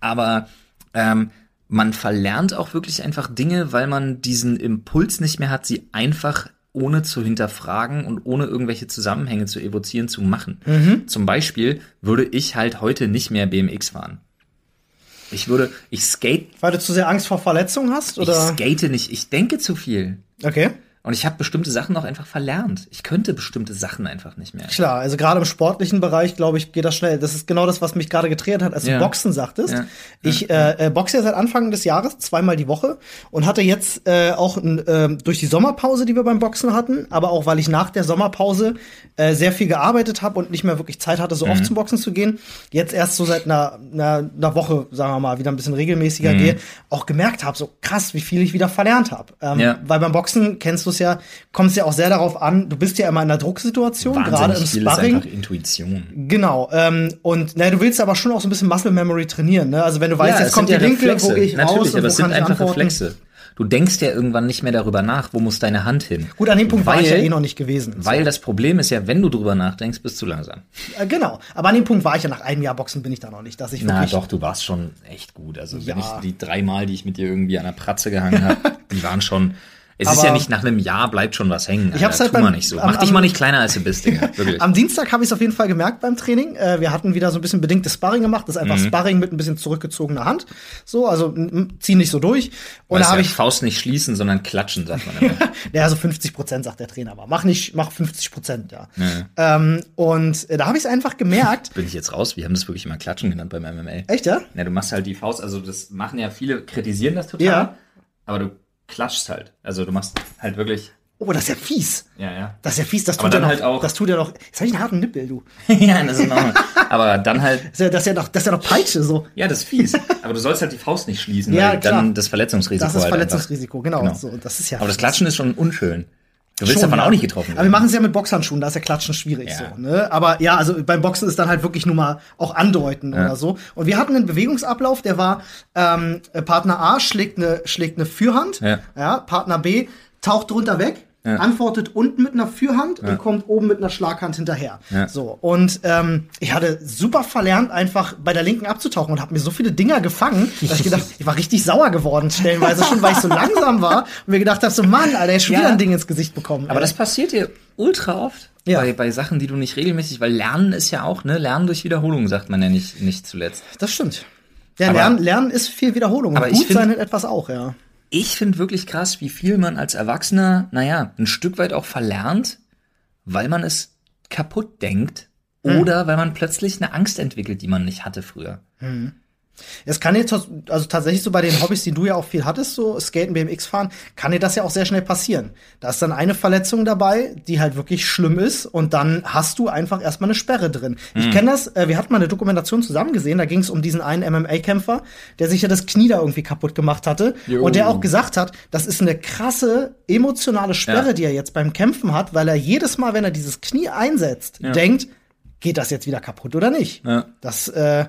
S2: Aber ähm, man verlernt auch wirklich einfach Dinge, weil man diesen Impuls nicht mehr hat, sie einfach ohne zu hinterfragen und ohne irgendwelche Zusammenhänge zu evozieren, zu machen.
S1: Mhm.
S2: Zum Beispiel würde ich halt heute nicht mehr BMX fahren. Ich würde, ich skate,
S1: weil du zu sehr Angst vor Verletzungen hast
S2: ich
S1: oder
S2: skate nicht, ich denke zu viel.
S1: okay.
S2: Und ich habe bestimmte Sachen auch einfach verlernt. Ich könnte bestimmte Sachen einfach nicht mehr.
S1: Klar, also gerade im sportlichen Bereich, glaube ich, geht das schnell. Das ist genau das, was mich gerade getriggert hat, als
S2: Ja.
S1: du Boxen sagtest.
S2: Ja.
S1: Ich äh, äh, boxe ja seit Anfang des Jahres zweimal die Woche und hatte jetzt äh, auch n, ähm, durch die Sommerpause, die wir beim Boxen hatten, aber auch weil ich nach der Sommerpause äh, sehr viel gearbeitet habe und nicht mehr wirklich Zeit hatte, so
S2: Mhm.
S1: oft zum Boxen zu gehen, jetzt erst so seit einer, einer, einer Woche, sagen wir mal, wieder ein bisschen
S2: Mhm.
S1: regelmäßiger gehe, auch gemerkt habe, so krass, wie viel ich wieder verlernt habe. Ähm,
S2: Ja.
S1: Weil beim Boxen kennst du es ja, kommt es ja auch sehr darauf an, du bist ja immer in einer Drucksituation, gerade im
S2: Wahnsinnig viel ist
S1: Sparring.
S2: einfach Intuition.
S1: Genau, ähm, und naja, du willst aber schon auch so ein bisschen Muscle Memory trainieren, ne? Also wenn du weißt,
S2: es
S1: jetzt kommt die
S2: sind ja
S1: Linke, wo gehe ich
S2: Natürlich,
S1: raus und
S2: aber
S1: wo
S2: es sind
S1: kann ich
S2: einfach
S1: antworten.
S2: Reflexe. Du denkst ja irgendwann nicht mehr darüber nach, wo muss deine Hand hin.
S1: Gut, an dem Punkt war ich ja
S2: Weil-
S1: eh noch nicht gewesen.
S2: Weil das Problem ist ja, wenn du drüber nachdenkst, bist du langsam.
S1: Äh, genau, aber an dem Punkt war ich ja nach einem Jahr Boxen bin ich da noch nicht, dass ich
S2: Na
S1: wirklich
S2: doch, du warst schon echt gut. Also wenn
S1: Ja.
S2: ich die dreimal, die ich mit dir irgendwie an der Pratze gehangen habe, die waren schon. Es ist
S1: Aber-
S2: ja nicht nach einem Jahr bleibt schon was hängen.
S1: Ich hab's halt
S2: Alter. Tu mal
S1: beim-
S2: nicht so.
S1: am-
S2: Mach dich
S1: am-
S2: mal nicht kleiner als du bist, Digga. Wirklich.
S1: Am Dienstag habe ich es auf jeden Fall gemerkt beim Training. Äh, wir hatten wieder so ein bisschen bedingtes Sparring gemacht. Das ist
S2: Mhm.
S1: einfach Sparring mit ein bisschen zurückgezogener Hand. So, also m- m- zieh nicht so durch. Und
S2: Weißt
S1: da habe
S2: ja,
S1: ich,
S2: Faust nicht schließen, sondern klatschen, sagt man immer.
S1: naja, so 50 Prozent, sagt der Trainer mal. Mach nicht, mach 50 Prozent, ja. Ähm, und äh, da habe ich es einfach gemerkt.
S2: Bin ich jetzt raus? Wir haben das wirklich immer Klatschen genannt beim MMA.
S1: Echt, ja?
S2: Na, du machst halt die Faust, also das machen ja viele, kritisieren das total,
S1: Ja.
S2: aber du klatschst halt. Also du machst halt wirklich,
S1: Oh, das ist ja fies.
S2: ja, ja.
S1: Das ist ja fies, das
S2: Aber
S1: tut ja
S2: dann
S1: noch.
S2: halt auch-
S1: Das tut ja noch. Jetzt habe ich einen harten Nippel, du.
S2: ja, das ist normal. aber dann halt,
S1: Das ist ja, das ist ja noch, das ist ja noch Peitsche, so.
S2: ja, das ist fies. Aber du sollst halt die Faust nicht schließen,
S1: Ja,
S2: weil
S1: klar.
S2: dann das Verletzungsrisiko
S1: Das ist
S2: halt einfach-
S1: Verletzungsrisiko, genau.
S2: Genau.
S1: So, das ist ja.
S2: Aber das Klatschen ist schon unschön. Du willst
S1: Schon,
S2: davon
S1: ja.
S2: auch nicht getroffen
S1: Aber wir machen es ja mit Boxhandschuhen, da ist ja Klatschen schwierig
S2: Ja.
S1: so. Ne? Aber ja, also beim Boxen ist dann halt wirklich nur mal auch andeuten oder so. Und wir hatten einen Bewegungsablauf, der war, ähm, Partner A schlägt eine schlägt eine Fürhand,
S2: Ja.
S1: Partner B taucht drunter weg. Antwortet unten mit einer Fürhand und kommt oben mit einer Schlaghand hinterher.
S2: Ja.
S1: So. Und ähm, ich hatte super verlernt, einfach bei der linken abzutauchen und habe mir so viele Dinger gefangen, dass ich gedacht, ich war richtig sauer geworden, stellenweise schon, weil ich so langsam war und mir gedacht habe: so, Mann, Alter, jetzt schon
S2: Ja.
S1: wieder ein Ding ins Gesicht bekommen. ey.
S2: Aber das passiert dir ultra oft.
S1: Ja.
S2: Bei, bei Sachen, die du nicht regelmäßig, weil Lernen ist ja auch, ne? Lernen durch Wiederholung, sagt man ja nicht, nicht zuletzt.
S1: Das stimmt. Ja,
S2: Aber-
S1: Lernen, Lernen ist viel Wiederholung.
S2: Aber
S1: und
S2: ich
S1: gut
S2: find-
S1: sein in etwas auch, ja.
S2: ich finde wirklich krass, wie viel man als Erwachsener, naja, ein Stück weit auch verlernt, weil man es kaputt denkt oder weil man plötzlich eine Angst entwickelt, die man nicht hatte früher.
S1: Es kann jetzt, tos- also tatsächlich so bei den Hobbys, die du ja auch viel hattest, so Skaten, BMX fahren, kann dir das ja auch sehr schnell passieren. Da ist dann eine Verletzung dabei, die halt wirklich schlimm ist und dann hast du einfach erstmal eine Sperre drin.
S2: Mhm.
S1: Ich kenne das, äh, wir hatten mal eine Dokumentation zusammen gesehen, da ging es um diesen einen MMA-Kämpfer, der sich ja das Knie da irgendwie kaputt gemacht hatte
S2: Jo.
S1: und der auch gesagt hat, das ist eine krasse emotionale Sperre,
S2: Ja.
S1: die er jetzt beim Kämpfen hat, weil er jedes Mal, wenn er dieses Knie einsetzt, denkt, geht das jetzt wieder kaputt oder nicht?
S2: Ja.
S1: Das, äh,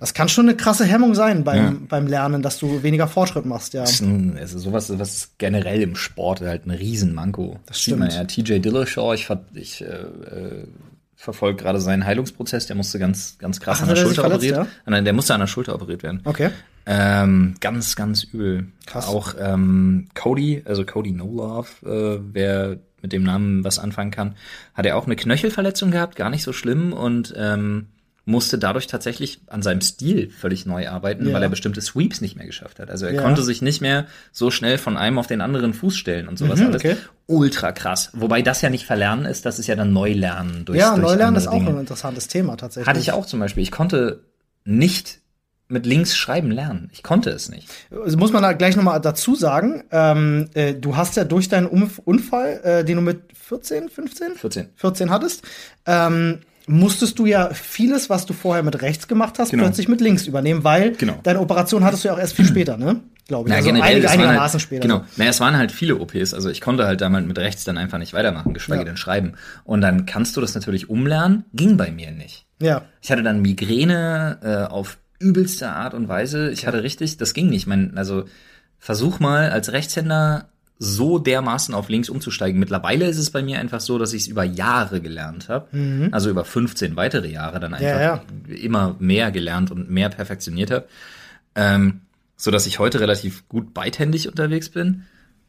S1: das kann schon eine krasse Hemmung sein beim, beim Lernen, dass du weniger Fortschritt machst, ja.
S2: Das ist ein- Also sowas, was ist generell im Sport halt ein Riesenmanko. Das
S1: stimmt.
S2: ja. TJ Dillashaw, ich, ver ich äh, äh, verfolge gerade seinen Heilungsprozess, der musste ganz, ganz krass
S1: Ach,
S2: an
S1: hat
S2: der
S1: er sich
S2: Schulter
S1: verletzt,
S2: operiert. Nein, der musste an der Schulter operiert werden.
S1: Okay.
S2: Ähm, ganz, ganz übel.
S1: Krass.
S2: Auch ähm, Cody, also Cody No Love, äh, wer mit dem Namen was anfangen kann, hat er auch eine Knöchelverletzung gehabt, gar nicht so schlimm und ähm, musste dadurch tatsächlich an seinem Stil völlig neu arbeiten,
S1: Ja.
S2: weil er bestimmte Sweeps nicht mehr geschafft hat. Also er
S1: Ja.
S2: konnte sich nicht mehr so schnell von einem auf den anderen Fuß stellen und sowas
S1: Mhm,
S2: alles.
S1: okay.
S2: Ultra krass. Wobei das ja nicht verlernen ist, das ist ja dann Neulernen durch
S1: Ja,
S2: durch
S1: Neulernen
S2: andere
S1: ist auch
S2: Dinge.
S1: ein interessantes Thema tatsächlich.
S2: Hatte ich auch zum Beispiel. Ich konnte nicht mit links schreiben lernen. Ich konnte es nicht.
S1: Also muss man da gleich nochmal dazu sagen, ähm, äh, du hast ja durch deinen Umf- Unfall, äh, den du mit 14, 15?
S2: 14.
S1: 14 hattest, ähm, musstest du ja vieles, was du vorher mit rechts gemacht hast,
S2: Genau.
S1: plötzlich mit links übernehmen, weil
S2: Genau.
S1: deine Operation hattest du ja auch erst viel später, ne? Glaube ich. also einige,
S2: das waren
S1: einigermaßen
S2: halt,
S1: später.
S2: Genau. Naja, es waren halt viele OPs. Also ich konnte halt damals mit rechts dann einfach nicht weitermachen, geschweige
S1: Ja.
S2: denn schreiben. Und dann kannst du das natürlich umlernen. Ging bei mir nicht.
S1: Ja.
S2: Ich hatte dann Migräne äh, auf übelste Art und Weise. Ich hatte richtig, das ging nicht. Mein, also versuch mal als Rechtshänder so dermaßen auf links umzusteigen. Mittlerweile ist es bei mir einfach so, dass ich es über Jahre gelernt habe. Also über 15 weitere Jahre dann einfach
S1: Mhm. Ja,
S2: immer mehr gelernt und mehr perfektioniert habe. Ähm, so dass ich heute relativ gut beidhändig unterwegs bin.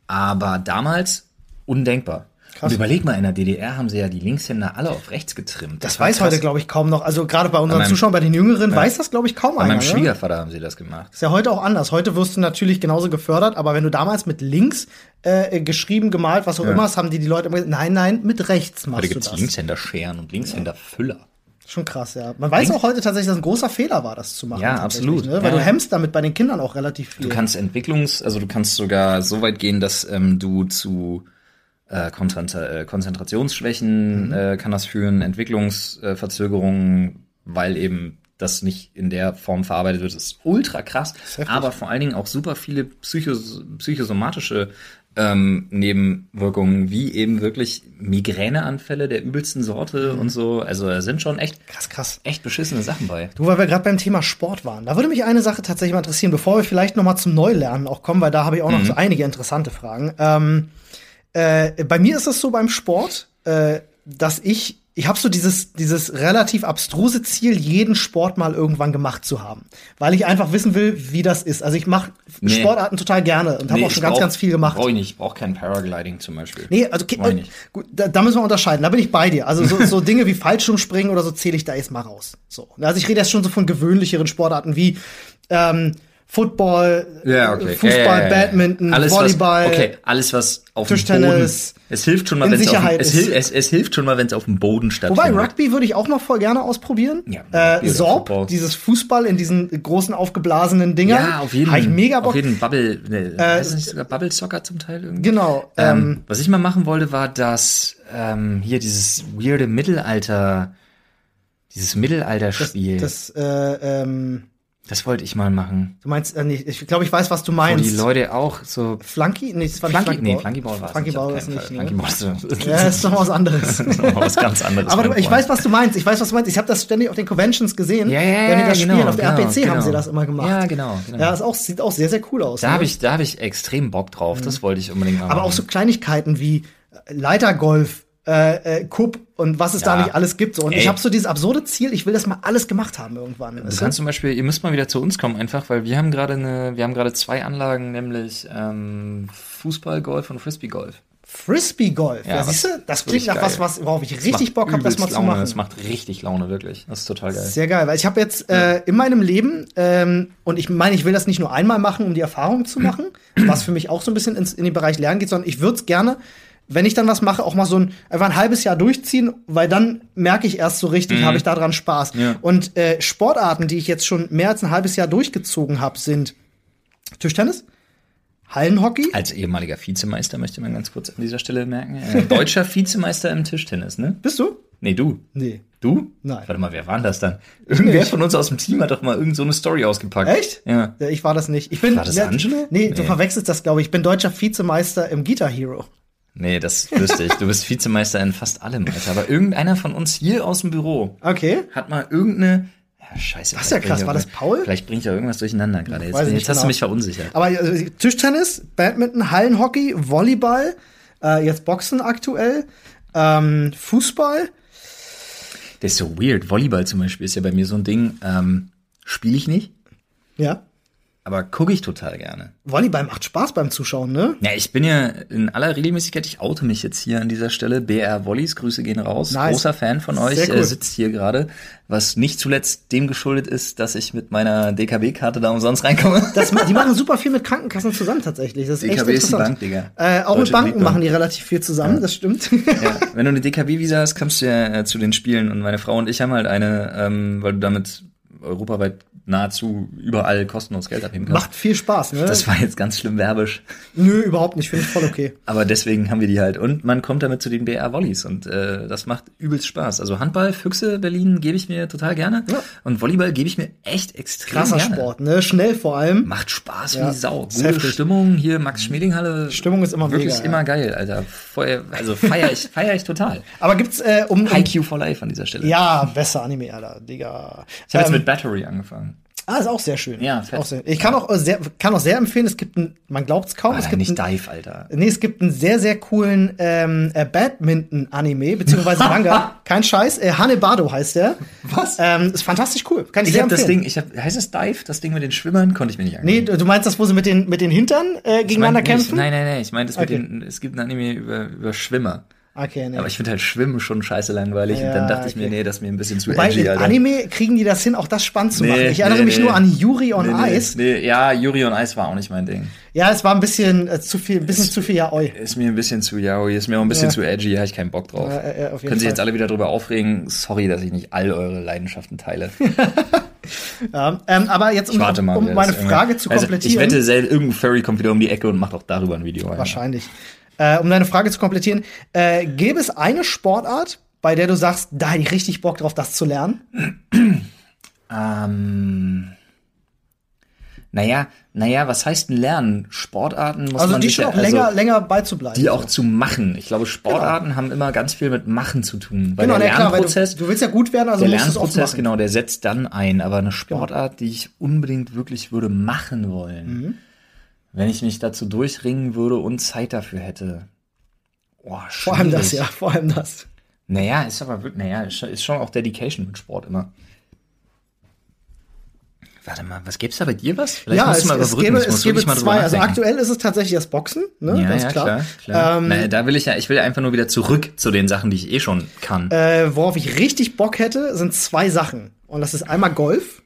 S2: Aber damals undenkbar.
S1: Krass.
S2: Und überleg mal, in der DDR haben sie ja die Linkshänder alle auf rechts getrimmt.
S1: Das
S2: war
S1: weiß
S2: krass.
S1: heute, glaube ich, kaum noch. Also gerade bei unseren
S2: meinem-
S1: Zuschauern, bei den Jüngeren, weiß das, glaube ich, kaum
S2: Bei
S1: einer.
S2: meinem
S1: ne?
S2: Schwiegervater haben sie das gemacht.
S1: Ist ja heute auch anders. Heute wirst du natürlich genauso gefördert, aber wenn du damals mit links äh, geschrieben, gemalt, was auch immer, das haben die, die Leute immer gesagt, nein, nein, mit rechts
S2: Heute
S1: machst du
S2: gibt's
S1: das.
S2: Linkshänder-Scheren und Linkshänder-Füller.
S1: Schon krass, ja. Man weiß auch heute tatsächlich, dass ein großer Fehler war, das zu machen.
S2: Ja,
S1: tatsächlich,
S2: absolut.
S1: Ne? Weil
S2: Ja.
S1: du hemmst damit bei den Kindern auch relativ viel.
S2: Du kannst Entwicklungs-, also du kannst sogar so weit gehen, dass ähm, du zu äh, Konzentra- äh,
S1: Mhm.
S2: Konzentrationsschwächen äh, kann das führen, Entwicklungsverzögerungen, weil eben das nicht in der Form verarbeitet wird. Das ist ultra krass,
S1: heftig.
S2: aber vor allen Dingen auch super viele psychos psychosomatische ähm, Nebenwirkungen, wie eben wirklich Migräneanfälle der übelsten Sorte
S1: Mhm.
S2: und so. Also da sind schon echt,
S1: krass, krass.
S2: echt beschissene Sachen bei.
S1: Du, weil wir gerade beim Thema Sport waren. Da würde mich eine Sache tatsächlich mal interessieren, bevor wir vielleicht noch mal zum Neulernen auch kommen, weil da habe ich auch
S2: Mhm.
S1: noch so einige interessante Fragen. Ähm, äh, bei mir ist es so beim Sport, äh, dass ich ich habe so dieses dieses relativ abstruse Ziel, jeden Sport mal irgendwann gemacht zu haben, weil ich einfach wissen will, wie das ist. Also ich mache
S2: Nee.
S1: Sportarten total gerne und habe
S2: Nee,
S1: auch
S2: ich
S1: schon ganz
S2: brauch-
S1: ganz viel gemacht.
S2: Brauch ich nicht, ich brauch kein Paragliding zum Beispiel.
S1: Nee, also okay,
S2: Meine ich.
S1: gut, da, da müssen wir unterscheiden. Da bin ich bei dir. Also so, so Dinge wie Fallschirmspringen oder so zähle ich da erstmal raus. So. Also ich rede jetzt schon so von gewöhnlicheren Sportarten wie ähm, Football,
S2: Ja, okay.
S1: äh, Fußball,
S2: ja, ja, ja, ja.
S1: Badminton,
S2: alles,
S1: Volleyball.
S2: Was, okay, alles was auf dem Boden.
S1: Tischtennis,
S2: Es hilft schon mal,
S1: in
S2: wenn es auf dem,
S1: Sicherheit
S2: es,
S1: ist.
S2: hil- es, es hilft schon mal, wenn es auf dem Boden
S1: Wobei
S2: stattfindet.
S1: Rugby würde ich auch mal voll gerne ausprobieren.
S2: Ja, Rugby
S1: äh,
S2: oder
S1: Sorb,
S2: Football.
S1: dieses Fußball in diesen großen aufgeblasenen Dingern.
S2: ja, auf jeden
S1: Habe ich mega Bock.
S2: Auf jeden Bubble, ne, heißt das nicht sogar Bubble Soccer zum Teil irgendwie?
S1: Genau.
S2: Ähm,
S1: Ähm,
S2: was ich mal machen wollte, war das ähm, hier dieses weirde Mittelalter, dieses Mittelalterspiel. Das,
S1: ähm, das, äh, ähm,
S2: wollte ich mal machen.
S1: du meinst, äh, nee, ich glaube, ich weiß, was du
S2: Wo die
S1: meinst.
S2: Leute auch so
S1: Flanky? Nee, das war nicht Flankyball.
S2: Flanky, nee, Flankyball war es nicht.
S1: Flankyball
S2: auf
S1: ist
S2: keinen
S1: nicht.
S2: Fall.
S1: ne?
S2: Flankyball ist,
S1: Ja, das ist doch mal was anderes.
S2: ist noch mal was ganz anderes.
S1: Aber du,
S2: mein
S1: ich
S2: Freund.
S1: weiß, was du meinst. Ich weiß, was du meinst. Ich habe das ständig auf den Conventions gesehen.
S2: Ja, ja,
S1: wenn die
S2: ja,
S1: das
S2: genau,
S1: spielen. Auf der
S2: genau,
S1: APC haben
S2: genau.
S1: sie das immer gemacht.
S2: Ja, genau, genau.
S1: Ja, das auch, sieht auch sehr, sehr cool aus.
S2: Da
S1: ne?
S2: habe ich, da hab ich extrem Bock drauf. Das wollte ich unbedingt mal
S1: Mhm. Aber auch
S2: machen.
S1: so Kleinigkeiten wie äh, Leitergolf, äh, äh, Kupp und was es da
S2: Ja.
S1: nicht alles gibt. So. Und
S2: Ey.
S1: ich habe so dieses absurde Ziel, ich will das mal alles gemacht haben irgendwann.
S2: Du
S1: Weißt
S2: kannst zum Beispiel, ihr müsst mal wieder zu uns kommen einfach, weil wir haben gerade eine, wir haben gerade zwei Anlagen, nämlich ähm, Fußballgolf und Frisbeegolf.
S1: Frisbee-Golf. Ja,
S2: Ja, was-
S1: siehst du, das
S2: das
S1: klingt
S2: wirklich
S1: nach was,
S2: geil.
S1: was, worauf ich
S2: Das
S1: richtig
S2: macht
S1: Bock habe, das mal
S2: übelst
S1: zu
S2: Laune.
S1: machen.
S2: Das macht richtig Laune, wirklich. Das ist total geil.
S1: Sehr geil, weil ich habe jetzt äh, in meinem Leben, ähm, und ich meine, ich will das nicht nur einmal machen, um die Erfahrung zu machen, was für mich auch so ein bisschen ins, in den Bereich Lernen geht, sondern ich würde es gerne, wenn ich dann was mache, auch mal so ein, einfach ein halbes Jahr durchziehen, weil dann merke ich erst so richtig, habe ich daran Spaß.
S2: Mhm. Ja.
S1: Und äh, Sportarten, die ich jetzt schon mehr als ein halbes Jahr durchgezogen habe, sind Tischtennis, Hallenhockey.
S2: Als ehemaliger Vizemeister möchte man ganz kurz an dieser Stelle merken. Äh, deutscher Vizemeister im Tischtennis, ne?
S1: Bist du?
S2: Nee, du.
S1: Nee.
S2: Du?
S1: Nein.
S2: Warte mal, wer war denn das dann? Irgendwer
S1: nicht.
S2: von uns aus dem Team hat doch mal irgend so eine Story ausgepackt.
S1: Echt?
S2: Ja.
S1: Ja, Ich war das nicht. Ich bin,
S2: War das
S1: ja,
S2: Angelo?
S1: Nee, du
S2: Nee.
S1: verwechselst das, glaube ich. Ich bin deutscher Vizemeister im Guitar Hero.
S2: Nee, das wüsste ich. Du bist Vizemeister in fast allem, Alter. Aber irgendeiner von uns hier aus dem Büro
S1: Okay.
S2: hat mal irgendeine. Ja, scheiße.
S1: Das ist ja
S2: vielleicht bring
S1: krass.
S2: ich
S1: War
S2: auch-
S1: das Paul?
S2: Vielleicht bringe ich ja irgendwas durcheinander gerade. Jetzt,
S1: Weiß ich
S2: jetzt
S1: nicht
S2: hast
S1: genau.
S2: du mich verunsichert.
S1: Aber äh, Tischtennis, Badminton, Hallenhockey, Volleyball, äh, jetzt Boxen aktuell, ähm, Fußball.
S2: Das ist so weird. Volleyball zum Beispiel ist ja bei mir so ein Ding. Ähm, Spiele ich nicht,
S1: Ja.
S2: aber gucke ich total gerne.
S1: Volleyball macht Spaß beim Zuschauen, ne?
S2: Ja, ich bin ja in aller Regelmäßigkeit, ich oute mich jetzt hier an dieser Stelle. BR Wollies, Grüße gehen raus.
S1: Nice.
S2: Großer Fan von euch,
S1: Sehr cool.
S2: äh, sitzt hier gerade. Was nicht zuletzt dem geschuldet ist, dass ich mit meiner DKB-Karte da umsonst reinkomme.
S1: Das, ma- die machen super viel mit Krankenkassen zusammen tatsächlich. Das ist echt
S2: DKB ist die
S1: interessant.
S2: Bank, Digga.
S1: äh, auch mit
S2: Deutsche
S1: Banken
S2: Kreditbank.
S1: machen die relativ viel zusammen, das stimmt.
S2: Ja, wenn du eine DKB-Visa hast, kommst du ja äh, zu den Spielen. Und meine Frau und ich haben halt eine, ähm, weil du damit europaweit nahezu überall kostenlos Geld abheben kannst.
S1: macht viel Spaß, ne?
S2: Das war jetzt ganz schlimm werbisch.
S1: Nö, überhaupt nicht, finde ich voll okay.
S2: Aber deswegen haben wir die halt. Und man kommt damit zu den BR-Volleys. Und äh, das macht übelst Spaß. Also Handball, Füchse, Berlin gebe ich mir total gerne.
S1: Ja.
S2: Und Volleyball gebe ich mir echt extrem
S1: Krasser
S2: gerne.
S1: Sport, ne? Schnell vor allem.
S2: Macht Spaß
S1: Ja,
S2: wie Sau.
S1: ist
S2: Gute
S1: heftig.
S2: Stimmung hier, Max-Schmeling-Halle.
S1: Stimmung ist immer
S2: wirklich
S1: mega,
S2: immer
S1: ja.
S2: geil, Alter. Feuer, also feier ich, feier ich total.
S1: Aber gibt's äh, um, um
S2: IQ for Life an dieser Stelle.
S1: ja, ähm, besser Anime, Alter, Digga.
S2: Ich habe jetzt mit Battery angefangen.
S1: Ah, ist auch sehr schön.
S2: Ja,
S1: ist
S2: fett.
S1: auch sehr, ich kann auch äh, sehr, kann auch sehr empfehlen. Es gibt, ein, man glaubt es kaum, Oh,
S2: Ah,
S1: es gibt ein,
S2: Dive, Alter.
S1: nee, es gibt einen sehr sehr coolen ähm, äh, Badminton-Anime beziehungsweise Manga. Kein Scheiß. Äh, Hanebado heißt der.
S2: Was?
S1: Ähm, ist fantastisch cool. Kann ich,
S2: Ich
S1: sehr
S2: habe das
S1: empfehlen.
S2: Ding, ich habe, heißt es Dive? Das Ding mit den Schwimmern konnte ich mir nicht angucken.
S1: Nee, du du meinst das, wo sie mit den mit den Hintern äh,
S2: Ich mein
S1: gegeneinander
S2: nicht-
S1: kämpfen?
S2: Nein, nein, nein. Ich meine,
S1: Okay.
S2: den. es gibt ein Anime über, über Schwimmer.
S1: Okay, nee.
S2: Aber ich finde halt Schwimmen schon scheiße langweilig. und dann
S1: Ja,
S2: dachte ich mir,
S1: okay.
S2: nee, das ist mir ein bisschen zu
S1: Bei
S2: edgy,
S1: in
S2: Alter.
S1: Anime kriegen die das hin, auch das spannend zu
S2: Nee,
S1: machen. Ich erinnere
S2: nee,
S1: mich
S2: nee.
S1: nur an Yuri on
S2: nee, nee,
S1: Ice.
S2: Nee, ja, Yuri on Ice war auch nicht mein Ding.
S1: Ja, es war ein bisschen äh, zu viel, ein bisschen zu viel Jaoi.
S2: Ist mir ein bisschen zu yaoi, ist mir auch ein bisschen
S1: Ja.
S2: zu edgy, habe ich keinen Bock drauf.
S1: Ja, ja, auf jeden
S2: Können Sie
S1: Fall.
S2: jetzt alle wieder drüber aufregen? Sorry, dass ich nicht all eure Leidenschaften teile.
S1: Ja. Ähm, aber jetzt,
S2: Ich
S1: um,
S2: warte mal.
S1: um
S2: wer
S1: meine
S2: das irgendwie-
S1: Frage zu
S2: Also, ich
S1: komplettieren.
S2: wette, sel- irgendein Furry kommt wieder um die Ecke und macht auch darüber ein Video. Alter.
S1: wahrscheinlich. Äh, um deine Frage zu komplettieren, äh, gäbe es eine Sportart, bei der du sagst, da hätte ich richtig Bock drauf, das zu lernen?
S2: Ähm, naja, naja, was heißt denn lernen? Sportarten muss
S1: Also
S2: man
S1: die
S2: sich
S1: schon
S2: ja-
S1: auch
S2: also,
S1: länger, länger beizubleiben.
S2: die auch zu machen. Ich glaube, Sportarten haben immer ganz viel mit Machen zu tun. Weil
S1: genau,
S2: der
S1: na klar, weil du,
S2: Lernprozess,
S1: du willst ja gut werden, also
S2: der
S1: musst du es oft
S2: Lernprozess,
S1: machen. Genau.
S2: genau, der setzt dann ein. Aber eine Sportart, die ich unbedingt wirklich würde machen wollen,
S1: Mhm.
S2: wenn ich mich dazu durchringen würde und Zeit dafür hätte. Boah,
S1: Vor allem das,
S2: schwierig.
S1: ja, vor allem das.
S2: Naja, ist aber wirklich, naja, ist schon- ist schon auch Dedication mit Sport immer. Warte mal, was gibt's da bei dir was? Vielleicht
S1: ja,
S2: musst
S1: es,
S2: du mal
S1: es
S2: überbrücken.
S1: gäbe,
S2: ich muss
S1: es gäbe
S2: wirklich mal drüber
S1: zwei. Also
S2: nachdenken.
S1: aktuell ist es tatsächlich das Boxen, ne?
S2: ja,
S1: ganz
S2: ja,
S1: klar.
S2: klar, klar.
S1: Ähm,
S2: naja, da will ich ja, ich will ja einfach nur wieder zurück zu den Sachen, die ich eh schon kann.
S1: Äh, worauf ich richtig Bock hätte, sind zwei Sachen. Und das ist einmal Golf.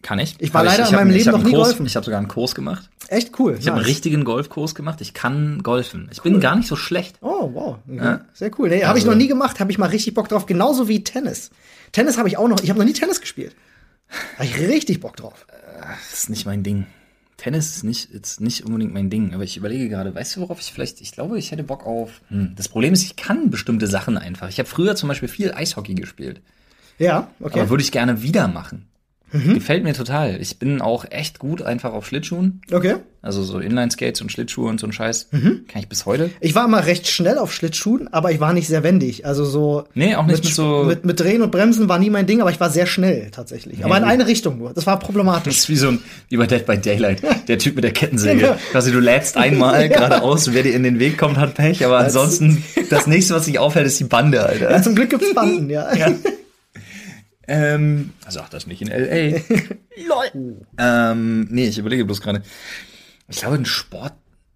S2: kann ich?
S1: ich war
S2: Hab
S1: leider
S2: ich
S1: in
S2: hab-
S1: meinem
S2: ich
S1: Leben
S2: hab
S1: noch
S2: einen
S1: nie
S2: Kurs,
S1: golfen.
S2: Ich habe sogar einen Kurs gemacht.
S1: Echt cool.
S2: Ich habe einen richtigen Golfkurs gemacht. Ich kann golfen. Ich bin gar nicht so schlecht.
S1: Oh, wow. Okay. Sehr cool. Nee, habe ich
S2: Also
S1: noch nie gemacht, habe ich mal richtig Bock drauf. Genauso wie Tennis. Tennis habe ich auch noch, ich habe noch nie Tennis gespielt. Habe ich richtig Bock drauf.
S2: Das ist nicht mein Ding. Tennis ist nicht, ist nicht unbedingt mein Ding, aber ich überlege gerade, weißt du, worauf ich vielleicht, ich glaube, ich hätte Bock auf. Hm. Das Problem ist, ich kann bestimmte Sachen einfach. Ich habe früher zum Beispiel viel Eishockey gespielt,
S1: Ja, okay.
S2: aber würde ich gerne wieder machen. Gefällt mir total. Ich bin auch echt gut einfach auf Schlittschuhen,
S1: Okay.
S2: also so Inline-Skates und Schlittschuhe und so ein Scheiß. Kann ich bis heute.
S1: Ich war immer recht schnell auf Schlittschuhen, aber ich war nicht sehr wendig. Also so.
S2: Nee, auch nicht mit so-
S1: Mit, mit Drehen und Bremsen war nie mein Ding, aber ich war sehr schnell tatsächlich. aber in eine Richtung nur. Das war problematisch.
S2: Das ist wie so ein, wie bei Dead by Daylight, der Typ mit der Kettensäge.
S1: Genau.
S2: Quasi du lädst einmal geradeaus und wer dir in den Weg kommt, hat Pech, aber ansonsten, das nächste, was sich aufhält, ist die Bande, Alter.
S1: Ja, zum Glück gibt's Banden, ja.
S2: Ja. ähm, sag das nicht in L.A. Lol. Ähm, nee, ich überlege bloß gerade. Ich glaube, ein Sport.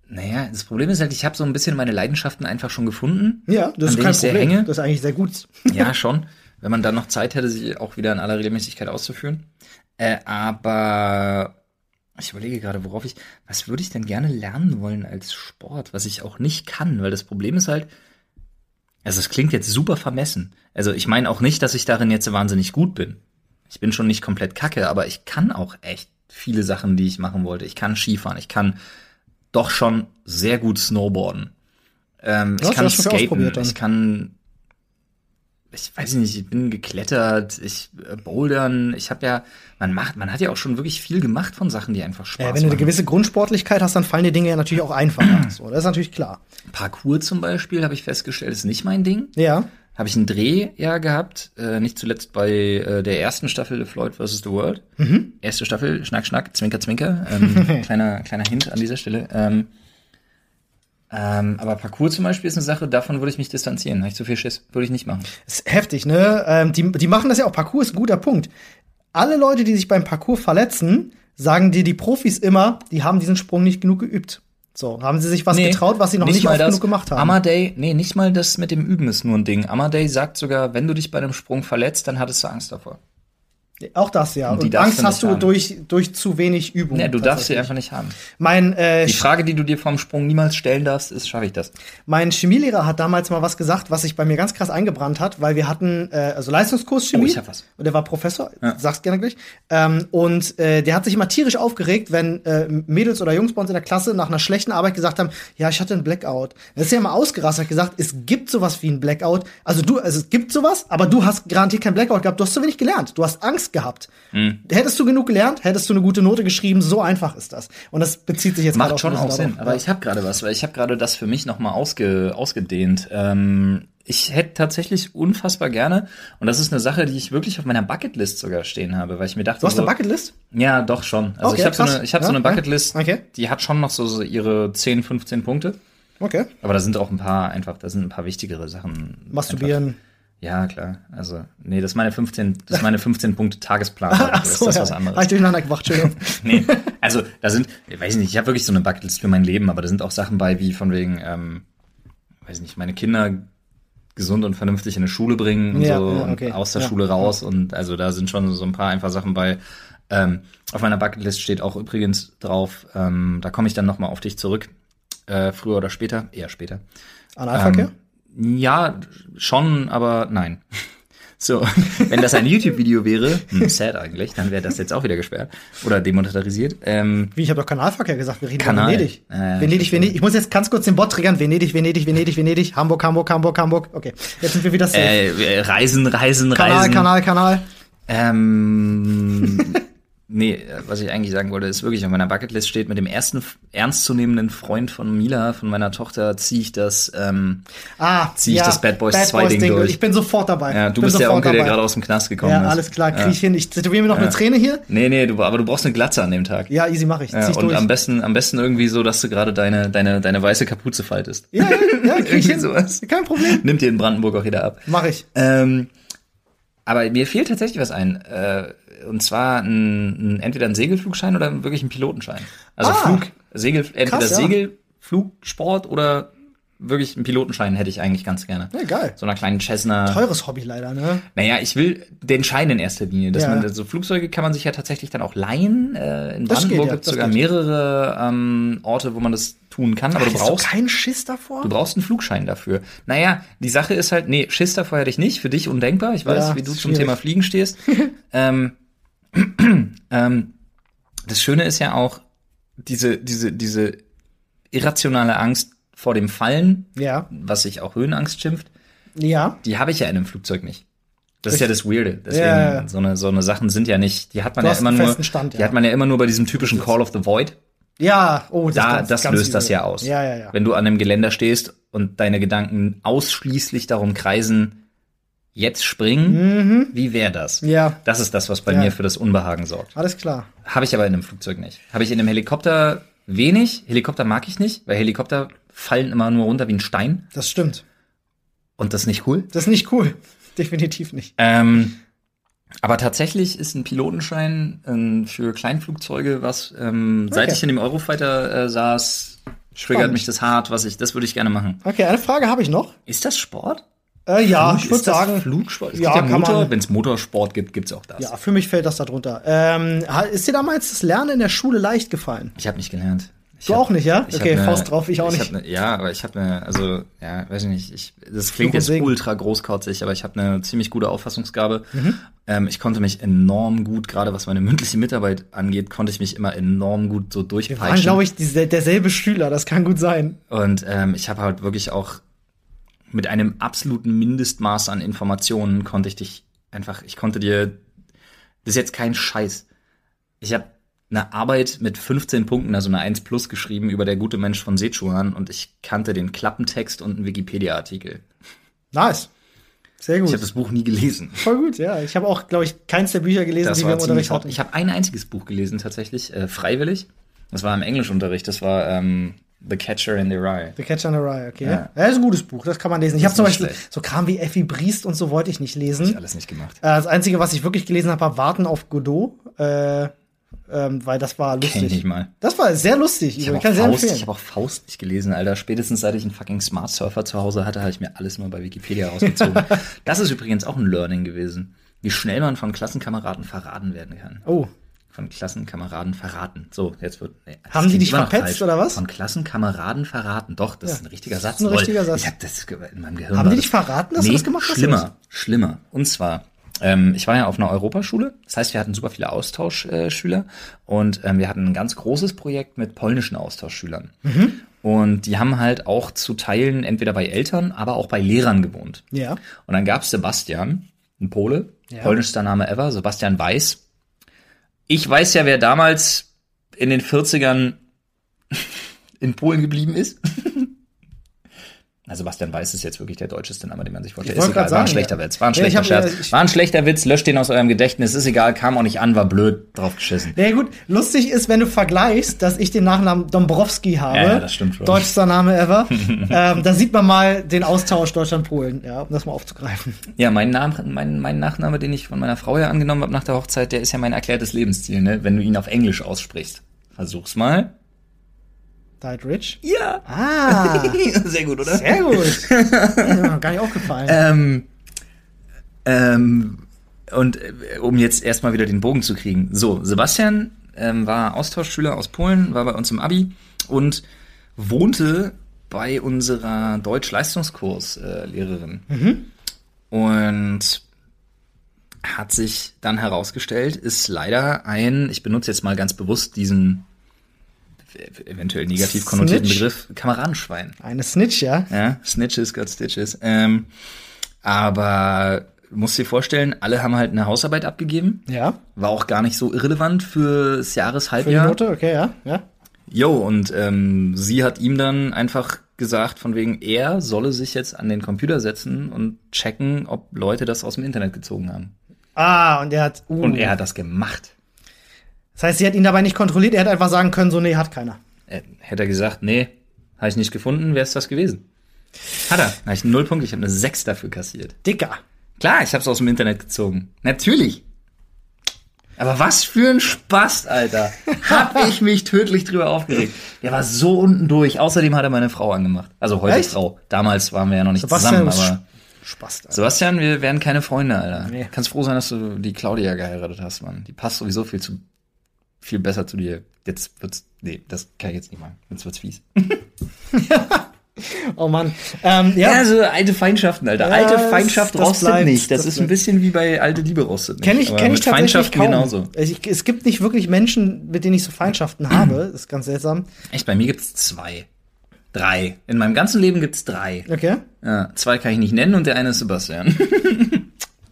S2: Naja, das Problem ist halt, ich habe so ein bisschen meine Leidenschaften einfach schon gefunden.
S1: Ja, das ist
S2: an denen
S1: kein
S2: ich sehr
S1: Problem.
S2: hänge.
S1: Das ist eigentlich sehr gut.
S2: Ja, schon. Wenn man dann noch Zeit hätte, sie auch wieder in aller Regelmäßigkeit auszuführen. Äh, aber ich überlege gerade, worauf ich. Was würde ich denn gerne lernen wollen als Sport, was ich auch nicht kann? Weil das Problem ist halt, also es klingt jetzt super vermessen. Also ich meine auch nicht, dass ich darin jetzt wahnsinnig gut bin. Ich bin schon nicht komplett kacke, aber ich kann auch echt viele Sachen, die ich machen wollte. Ich kann Skifahren, ich kann doch schon sehr gut Snowboarden. Ähm,
S1: Hast
S2: ich
S1: du
S2: kann
S1: das schon viel
S2: skaten,
S1: ausprobiert dann?
S2: ich kann ich weiß nicht, ich bin geklettert, ich äh, bouldern, ich habe ja, man macht, man hat ja auch schon wirklich viel gemacht von Sachen, die einfach Spaß
S1: Ja, Äh, wenn du eine
S2: machen.
S1: gewisse Grundsportlichkeit hast, dann fallen dir Dinge ja natürlich auch einfacher. So, das ist natürlich klar.
S2: Parkour zum Beispiel, habe ich festgestellt, ist nicht mein Ding.
S1: Ja.
S2: Habe ich einen Dreh ja gehabt, äh, nicht zuletzt bei äh, der ersten Staffel Floyd vs. The World.
S1: Mhm.
S2: Erste Staffel, Schnack, Schnack, Zwinker, Zwinker. Ähm, kleiner, kleiner Hint an dieser Stelle. Ähm, ähm, aber Parkour zum Beispiel ist eine Sache, davon würde ich mich distanzieren. Habe ich zu viel Schiss, würde ich nicht machen.
S1: Ist heftig, ne? Ähm, die, die machen das ja auch. Parcours ist ein guter Punkt. Alle Leute, die sich beim Parcours verletzen, sagen dir die Profis immer, die haben diesen Sprung nicht genug geübt. So, haben sie sich was getraut, was sie noch nicht, oft genug gemacht haben.
S2: Amadei, nee, nicht mal das mit dem Üben ist nur ein Ding. Amadei sagt sogar, wenn du dich bei einem Sprung verletzt, dann hattest du Angst davor.
S1: auch das ja. Und,
S2: die darfst
S1: Angst
S2: du nicht
S1: hast du
S2: haben.
S1: durch, durch zu wenig Übung.
S2: Nee, du darfst sie
S1: tatsächlich.
S2: einfach nicht haben.
S1: Mein, äh,
S2: Die Frage, die du dir vorm Sprung niemals stellen darfst, ist, schaffe ich das?
S1: mein Chemielehrer hat damals mal was gesagt, was sich bei mir ganz krass eingebrannt hat, weil wir hatten, äh, also Leistungskurs Chemie.
S2: Oh, ich hab was.
S1: Und der war Professor, sag's gerne gleich. Ähm, und äh, der hat sich immer tierisch aufgeregt, wenn äh, Mädels oder Jungs bei uns in der Klasse nach einer schlechten Arbeit gesagt haben, ja, ich hatte einen Blackout. Das ist ja immer ausgerastet, hat gesagt, es gibt sowas wie einen Blackout. Also du, also es gibt sowas, aber du hast garantiert keinen Blackout gehabt. Du hast zu wenig gelernt. Du hast Angst gehabt.
S2: Mhm.
S1: Hättest du genug gelernt, hättest du eine gute Note geschrieben. So einfach ist das. Und das bezieht sich jetzt gerade
S2: Macht
S1: auf
S2: schon
S1: ein bisschen
S2: auch Sinn.
S1: darauf.
S2: Aber ich habe gerade was, weil ich habe gerade das für mich nochmal ausge, ausgedehnt. Ähm, ich hätte tatsächlich unfassbar gerne, und das ist eine Sache, die ich wirklich auf meiner Bucketlist sogar stehen habe, weil ich mir dachte,
S1: Du hast
S2: so,
S1: eine Bucketlist?
S2: ja, doch schon. Also
S1: Okay,
S2: ich habe so
S1: krass.
S2: eine, ich hab so
S1: Ja,
S2: eine
S1: ja.
S2: Bucketlist,
S1: Okay.
S2: die hat schon noch so, so ihre 10, 15 Punkte.
S1: Okay.
S2: Aber da sind auch ein paar einfach, da sind ein paar wichtigere Sachen. Einfach.
S1: Masturbieren.
S2: Ja, klar. Also, nee, das ist meine 15, das ist meine 15 Punkte Tagesplan.
S1: Ach
S2: das
S1: so,
S2: ist
S1: ja.
S2: was
S1: Hab ich
S2: anderes.
S1: durcheinander gebracht, Entschuldigung.
S2: nee, also da sind, ich weiß nicht, ich habe wirklich so eine Bucketlist für mein Leben, aber da sind auch Sachen bei, wie von wegen, ähm, weiß nicht, meine Kinder gesund und vernünftig in eine Schule bringen und
S1: Ja,
S2: so
S1: ja,
S2: und
S1: okay.
S2: aus der
S1: Ja,
S2: Schule raus und also da sind schon so ein paar einfach Sachen bei. Ähm, auf meiner Bucketlist steht auch übrigens drauf, ähm, da komme ich dann nochmal auf dich zurück, äh, früher oder später, eher später.
S1: Analverkehr?
S2: Ähm, ja, schon, aber nein. So, wenn das ein YouTube-Video wäre, hm, sad eigentlich, dann wäre das jetzt auch wieder gesperrt oder demonetarisiert. Ähm,
S1: Wie, ich habe doch Kanalverkehr gesagt. Wir reden
S2: Kanal.
S1: über Venedig.
S2: Äh,
S1: Venedig, Venedig. Ich muss jetzt ganz kurz den Bot triggern. Venedig, Venedig, Venedig, Venedig. Hamburg, Hamburg, Hamburg, Hamburg. Okay, jetzt sind wir wieder safe.
S2: äh, äh, Reisen, Reisen,
S1: Kanal,
S2: Reisen.
S1: Kanal, Kanal.
S2: Ähm, nee, was ich eigentlich sagen wollte, ist wirklich auf meiner Bucketlist steht, mit dem ersten f- ernstzunehmenden Freund von Mila, von meiner Tochter, ziehe ich das. Ähm,
S1: Ah,
S2: Zieh ich das Bad Boys 2 Ding durch.
S1: Ich bin sofort dabei.
S2: ja, du
S1: bin
S2: bist der
S1: sofort
S2: Onkel, der
S1: dabei.
S2: gerade aus dem Knast gekommen
S1: Ja,
S2: ist.
S1: alles klar, krieg
S2: Ja.
S1: ich hin. Ich tätowiere mir noch eine Träne hier.
S2: Nee, nee, du, aber du brauchst eine Glatze an dem Tag.
S1: Ja, easy mache ich. Zieh
S2: Ja,
S1: ich
S2: und
S1: durch.
S2: am besten, am besten irgendwie so, dass du gerade deine, deine, deine weiße Kapuze faltest.
S1: Ja, ja, ja, krieg ich
S2: Irgendwie
S1: hin.
S2: sowas.
S1: Kein Problem.
S2: Nimmt dir in Brandenburg auch jeder ab.
S1: Mache ich.
S2: Ähm, aber mir fehlt tatsächlich was ein. Äh, und zwar ein, ein, entweder ein Segelflugschein oder wirklich ein Pilotenschein. Also
S1: Ah.
S2: Flug, Segel, entweder
S1: Krass, ja.
S2: Segelflugsport oder wirklich einen Pilotenschein hätte ich eigentlich ganz gerne.
S1: Ja, geil.
S2: So einer kleinen Cessna.
S1: Teures Hobby leider, ne?
S2: Naja, ich will den Schein in erster Linie. Dass
S1: Ja.
S2: man, so Flugzeuge kann man sich ja tatsächlich dann auch leihen. Äh, in
S1: Das geht,
S2: Brandenburg
S1: ja,
S2: gibt es
S1: das
S2: sogar
S1: geht.
S2: mehrere ähm, Orte, wo man das tun kann. Aber du
S1: Hast du
S2: brauchst
S1: keinen Schiss davor?
S2: Du brauchst einen Flugschein dafür. Naja, die Sache ist halt, nee, Schiss davor hätte ich nicht. Für dich undenkbar. Ich weiß,
S1: Ja,
S2: wie du
S1: ist
S2: zum
S1: schwierig.
S2: Thema Fliegen stehst. ähm, ähm, das Schöne ist ja auch, diese, diese, diese irrationale Angst vor dem Fallen,
S1: Ja.
S2: was sich auch Höhenangst schimpft,
S1: Ja.
S2: die habe ich ja in einem Flugzeug nicht. Das ist ja das Weirde. Deswegen,
S1: Ja, ja.
S2: So, eine, so eine Sachen sind ja nicht, die hat man
S1: Du
S2: ja
S1: hast
S2: immer
S1: einen
S2: nur,
S1: festen Stand,
S2: die
S1: ja.
S2: hat man ja immer nur bei diesem typischen Call of the Void
S1: Ja. Oh, das,
S2: da,
S1: ganz-
S2: das
S1: ganz
S2: löst das
S1: übel.
S2: ja aus.
S1: Ja, ja, ja.
S2: Wenn du an einem Geländer stehst und deine Gedanken ausschließlich darum kreisen, jetzt springen, wie wäre das?
S1: Mhm. Ja.
S2: Das ist das, was bei
S1: Ja.
S2: mir für das Unbehagen sorgt.
S1: Alles klar.
S2: Habe ich aber in einem Flugzeug nicht. Habe ich in einem Helikopter wenig. Helikopter mag ich nicht, weil Helikopter fallen immer nur runter wie ein Stein
S1: Das stimmt.
S2: und das ist nicht cool.
S1: Das ist nicht cool. Definitiv nicht.
S2: Ähm, aber tatsächlich ist ein Pilotenschein ähm, für Kleinflugzeuge, was ähm, seit
S1: Okay.
S2: ich in dem Eurofighter äh, saß, triggert
S1: Spannend.
S2: mich das hart, was ich, das würde ich gerne machen.
S1: Okay, eine Frage habe ich noch.
S2: Ist das Sport?
S1: Äh, ja,
S2: Flug-
S1: ich würde
S2: ist das
S1: sagen.
S2: Flugsport. Es
S1: ja,
S2: gibt ja
S1: kann
S2: Motor.
S1: man-
S2: Wenn es Motorsport gibt, gibt's auch das.
S1: Ja, für mich fällt das da drunter. Ähm, ha- ist dir damals das Lernen in der Schule leicht gefallen?
S2: Ich habe nicht gelernt. Ich
S1: Du auch nicht, ja?
S2: ich
S1: Okay,
S2: hab ne-
S1: Faust drauf, ich auch
S2: ich
S1: nicht.
S2: Hab ne, ja, aber ich habe eine, also ja, weiß ich nicht. Ich, das klingt
S1: Fluch und
S2: jetzt
S1: Segen.
S2: ultra großkotzig, aber ich habe eine ziemlich gute Auffassungsgabe.
S1: Mhm.
S2: Ähm, ich konnte mich enorm gut, gerade was meine mündliche Mitarbeit angeht, konnte ich mich immer enorm gut so
S1: Waren,
S2: durchpeitschen.
S1: glaube ich, diese, derselbe Schüler, das kann gut sein.
S2: Und ähm, ich habe halt wirklich auch mit einem absoluten Mindestmaß an Informationen konnte ich dich einfach, ich konnte dir, das ist jetzt kein Scheiß. Ich habe eine Arbeit mit 15 Punkten, also eine 1 plus geschrieben über der gute Mensch von Sechuan und ich kannte den Klappentext und einen Wikipedia-Artikel.
S1: Nice. Sehr
S2: Ich
S1: gut.
S2: habe das Buch nie gelesen.
S1: Voll gut, ja. Ich habe auch, glaube ich, keins der Bücher gelesen,
S2: Das
S1: die wir
S2: war
S1: im Unterricht
S2: ziemlich hart.
S1: hatten.
S2: Ich habe ein einziges Buch gelesen tatsächlich, äh, freiwillig. Das war im Englischunterricht, das war ähm, The Catcher in the Rye.
S1: The Catcher in the Rye, okay.
S2: Ja.
S1: Ja. ist ein gutes Buch, das kann man lesen. Ich habe
S2: ist
S1: zum
S2: nicht
S1: Beispiel
S2: schlecht.
S1: so Kram wie Effi Briest und so wollte ich nicht
S2: Hab ich
S1: lesen. Äh,
S2: alles nicht gemacht.
S1: Das Einzige, was ich wirklich gelesen habe, war Warten auf Godot, äh, ähm, weil das war
S2: Kenn ich nicht
S1: lustig.
S2: mal.
S1: Das war sehr lustig.
S2: Ich
S1: Ich,
S2: habe
S1: ich kann
S2: auch,
S1: sehr
S2: Faust-
S1: empfehlen.
S2: ich hab auch Faust nicht gelesen, Alter. Spätestens seit ich einen fucking Smart Surfer zu Hause hatte, habe ich mir alles mal bei Wikipedia rausgezogen. das ist übrigens auch ein Learning gewesen. Wie schnell man von Klassenkameraden verraten werden kann.
S1: oh,
S2: Von Klassenkameraden verraten. So, jetzt wird. Nee, das
S1: Haben die
S2: klingt
S1: dich
S2: immer noch
S1: verpetzt oder was?
S2: Von Klassenkameraden verraten. Doch, das ist ein richtiger Satz.
S1: ist ein
S2: Lol.
S1: richtiger Satz.
S2: Ich hab das ge- in meinem Gehirn.
S1: Haben
S2: war
S1: die
S2: das-
S1: dich verraten, dass du das gemacht hast,
S2: Schlimmer,
S1: oder
S2: schlimmer. Und zwar, ähm, ich war ja auf einer Europaschule. Das heißt, wir hatten super viele Austauschschüler und ähm, wir hatten ein ganz großes Projekt mit polnischen Austauschschülern. Und die haben halt auch zu Teilen entweder bei Eltern, aber auch bei Lehrern gewohnt.
S1: ja.
S2: Und dann gab es Sebastian, ein Pole,
S1: Ja.
S2: polnischster Name ever, Sebastian Weiß. Ich weiß ja, wer damals in den 40ern in Polen geblieben ist. Na, Sebastian Weiß ist jetzt wirklich der deutscheste Name, den man sich vorstellt.
S1: Ich
S2: Ist
S1: wollt grad
S2: egal, war ein
S1: sagen,
S2: schlechter
S1: ja.
S2: Witz, war ein
S1: Ja, ich
S2: schlechter
S1: hab-
S2: Scherz,
S1: ja, ich-
S2: war ein schlechter Witz, löscht den aus eurem Gedächtnis, ist egal, kam auch nicht an, war blöd, draufgeschissen.
S1: Na ja, gut, lustig ist, wenn du vergleichst, dass ich den Nachnamen Dombrowski habe.
S2: Ja, ja, das stimmt schon.
S1: Deutschster Name ever. ähm, da sieht man mal den Austausch Deutschland-Polen, ja, um das mal aufzugreifen.
S2: Ja, mein, Name, mein, mein Nachname, den ich von meiner Frau ja angenommen habe nach der Hochzeit, der ist ja mein erklärtes Lebensziel, ne? wenn du ihn auf Englisch aussprichst. Versuch's mal.
S1: Light Rich?
S2: Ja.
S1: Ah,
S2: Sehr gut, oder?
S1: sehr gut. Das ist mir noch gar nicht aufgefallen.
S2: Ähm, ähm, und äh, um jetzt erstmal wieder den Bogen zu kriegen. So, Sebastian ähm, war Austauschschüler aus Polen, war bei uns im Abi und wohnte bei unserer Deutsch-Leistungskurs-Lehrerin.
S1: Mhm.
S2: Und hat sich dann herausgestellt, ist leider ein, ich benutze jetzt mal ganz bewusst diesen ev- eventuell negativ konnotierten
S1: Snitch?
S2: Begriff, Kameradenschwein.
S1: Eine Snitch, ja?
S2: Ja, Snitches got Stitches. Ähm, aber musst dir vorstellen, alle haben halt eine Hausarbeit abgegeben.
S1: Ja.
S2: War auch gar nicht so irrelevant
S1: Für
S2: fürs
S1: die
S2: Jahreshalbjahr.
S1: Note, okay, ja, ja.
S2: Jo, und ähm, sie hat ihm dann einfach gesagt, von wegen, er solle sich jetzt an den Computer setzen und checken, ob Leute das aus dem Internet gezogen haben.
S1: Ah, und er hat. Uh.
S2: Und er hat das gemacht.
S1: Das heißt, sie hat ihn dabei nicht kontrolliert, er hätte einfach sagen können, so, nee, hat keiner.
S2: Äh, hätte er gesagt, nee, habe ich nicht gefunden, wäre es das gewesen. Hat er. Da hab ich einen Nullpunkt, ich habe eine 6 dafür kassiert.
S1: Dicker.
S2: Klar, ich hab's aus dem Internet gezogen. Natürlich. Aber was für ein Spaß, Alter. Hab ich mich tödlich drüber aufgeregt. Der war so unten durch. Außerdem hat er meine Frau angemacht. Also heute
S1: Echt?
S2: Frau. Damals waren wir ja noch nicht
S1: Sebastian ist
S2: zusammen, aber.
S1: Sch- Spaß. Alter.
S2: Sebastian, wir wären keine Freunde, Alter.
S1: Nee.
S2: Kannst froh sein, dass du die Claudia geheiratet hast, Mann. Die passt sowieso viel zu viel besser zu dir. Jetzt wird's. Nee, das kann ich jetzt nicht machen. Jetzt wird's fies.
S1: Oh Mann. Ähm, ja,
S2: Ja, so alte Feindschaften, Alter.
S1: Ja,
S2: alte
S1: das-
S2: Feindschaft
S1: das
S2: rostet
S1: bleibt,
S2: nicht. Das,
S1: das
S2: ist ein
S1: bleibt.
S2: bisschen wie bei alte Liebe rostet nicht.
S1: kenne ich,
S2: Aber
S1: kenn ich
S2: mit
S1: tatsächlich
S2: Feindschaften
S1: kaum.
S2: genauso.
S1: Also Ich, es gibt nicht wirklich Menschen, mit denen ich so Feindschaften habe. Das ist ganz seltsam.
S2: Echt, bei mir gibt's zwei. Drei. In meinem ganzen Leben gibt's drei.
S1: Okay.
S2: Ja, zwei kann ich nicht nennen und der eine ist Sebastian.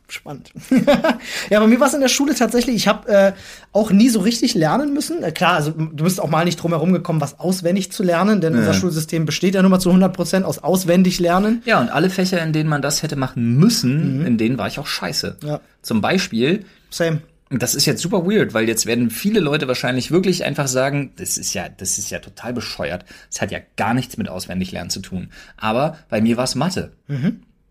S1: Spannend. ja, bei mir war es in der Schule tatsächlich, ich habe äh, auch nie so richtig lernen müssen. Äh, klar, also m- du bist auch mal nicht drum herum gekommen, was auswendig zu lernen, denn unser Schulsystem besteht ja nun mal zu 100% aus auswendig lernen.
S2: ja, und alle Fächer, in denen man das hätte machen müssen, in denen war ich auch scheiße.
S1: Mhm. Ja.
S2: Zum Beispiel,
S1: Same.
S2: das ist jetzt super weird, weil jetzt werden viele Leute wahrscheinlich wirklich einfach sagen, das ist ja, das ist ja total bescheuert. Das hat ja gar nichts mit Auswendiglernen zu tun. Aber bei mir war's Mathe.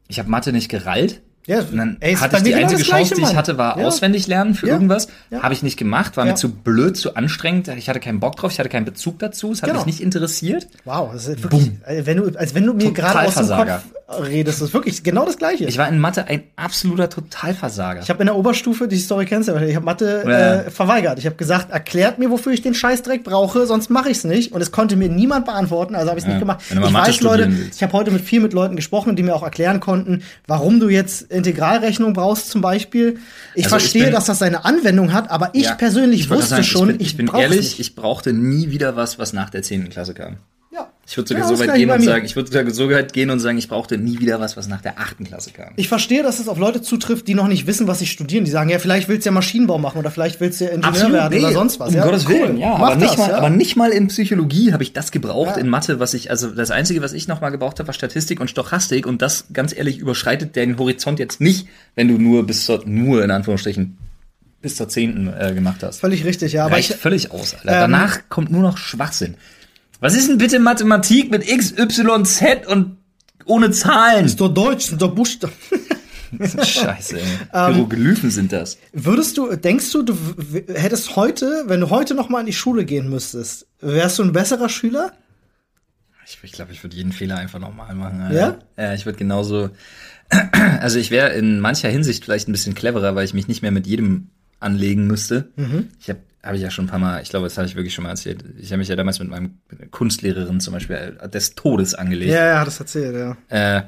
S2: Ich habe Mathe nicht gerallt.
S1: Mhm. Ja,
S2: und dann
S1: ey, ist
S2: hatte
S1: bei
S2: ich
S1: mir
S2: die
S1: genau
S2: einzige
S1: das Gleiche,
S2: Chance, die ich
S1: Mann.
S2: hatte, war
S1: Ja.
S2: auswendig lernen für
S1: Ja.
S2: irgendwas.
S1: Ja.
S2: Habe ich nicht gemacht, war
S1: Ja.
S2: mir zu blöd, zu anstrengend. Ich hatte keinen Bock drauf, ich hatte keinen Bezug dazu. Es hat
S1: Genau.
S2: mich nicht interessiert.
S1: Wow, das ist wirklich, äh, wenn du, als wenn du mir gerade aus dem
S2: Totalversager.
S1: Kopf redest, das ist wirklich genau das Gleiche.
S2: Ich war in Mathe ein absoluter Totalversager.
S1: Ich habe in der Oberstufe, die Story kennst du ja, ich habe Mathe
S2: Ja.
S1: äh, verweigert. Ich habe gesagt, erklärt mir, wofür ich den Scheißdreck brauche, sonst mache ich es nicht. Und es konnte mir niemand beantworten, also habe ich es nicht gemacht.
S2: wenn du mal
S1: ich
S2: Mathe
S1: weiß, Leute,
S2: studieren willst.
S1: ich habe heute mit viel mit Leuten gesprochen, die mir auch erklären konnten, warum du jetzt Integralrechnung brauchst zum Beispiel. Ich
S2: Also ich
S1: verstehe,
S2: bin-
S1: dass das seine Anwendung hat, aber ich
S2: Ja.
S1: persönlich
S2: wollte
S1: wusste
S2: sagen,
S1: schon,
S2: ich bin, ich bin
S1: brauch's
S2: ehrlich,
S1: nicht.
S2: ich brauchte nie wieder was, was nach der 10. Klasse kam.
S1: ja.
S2: Ich würde sogar
S1: Ja,
S2: so
S1: das
S2: weit
S1: gleiche
S2: gehen
S1: bei
S2: und
S1: mir.
S2: sagen, ich würde sogar so weit gehen und sagen, ich brauchte nie wieder was, was nach der 8. Klasse kam.
S1: Ich verstehe, dass es auf Leute zutrifft, die noch nicht wissen, was sie studieren. Die sagen, ja, vielleicht willst du ja Maschinenbau machen oder vielleicht willst du ja Ingenieur werden oder sonst was.
S2: Um
S1: ja,
S2: Gottes
S1: cool.
S2: Willen, ja.
S1: Mach
S2: Aber nicht,
S1: das,
S2: mal,
S1: ja.
S2: aber nicht mal in Psychologie habe ich das gebraucht,
S1: Ja.
S2: in Mathe, was ich, also das Einzige, was ich nochmal gebraucht habe, war Statistik und Stochastik und das, ganz ehrlich, überschreitet den Horizont jetzt nicht, wenn du nur bis zur, nur in Anführungsstrichen, bis zur 10. Äh, gemacht hast.
S1: Völlig richtig, ja. Aber
S2: Reicht
S1: ich,
S2: völlig aus, Alter.
S1: ähm,
S2: Danach kommt nur noch Schwachsinn. Was ist denn bitte Mathematik mit X, Y, Z und ohne Zahlen?
S1: Ist doch Deutsch, sind doch Buchstaben.
S2: Scheiße,
S1: Ähm,
S2: ey. Hieroglyphen sind das.
S1: Würdest du, denkst du, du w- w- hättest heute, wenn du heute noch mal in die Schule gehen müsstest, wärst du ein besserer Schüler?
S2: Ich glaube, ich, glaub, ich würde jeden Fehler einfach nochmal machen.
S1: Ja?
S2: Alter. Ja, ich würde genauso. Also ich wäre in mancher Hinsicht vielleicht ein bisschen cleverer, weil ich mich nicht mehr mit jedem anlegen müsste.
S1: Mhm.
S2: Ich habe hab ich ja schon ein paar Mal, ich glaube, das habe ich wirklich schon mal erzählt. Ich habe mich ja damals mit meinem Kunstlehrerin zum Beispiel äh, des Todes angelegt.
S1: ja, das erzählt, ja.
S2: äh,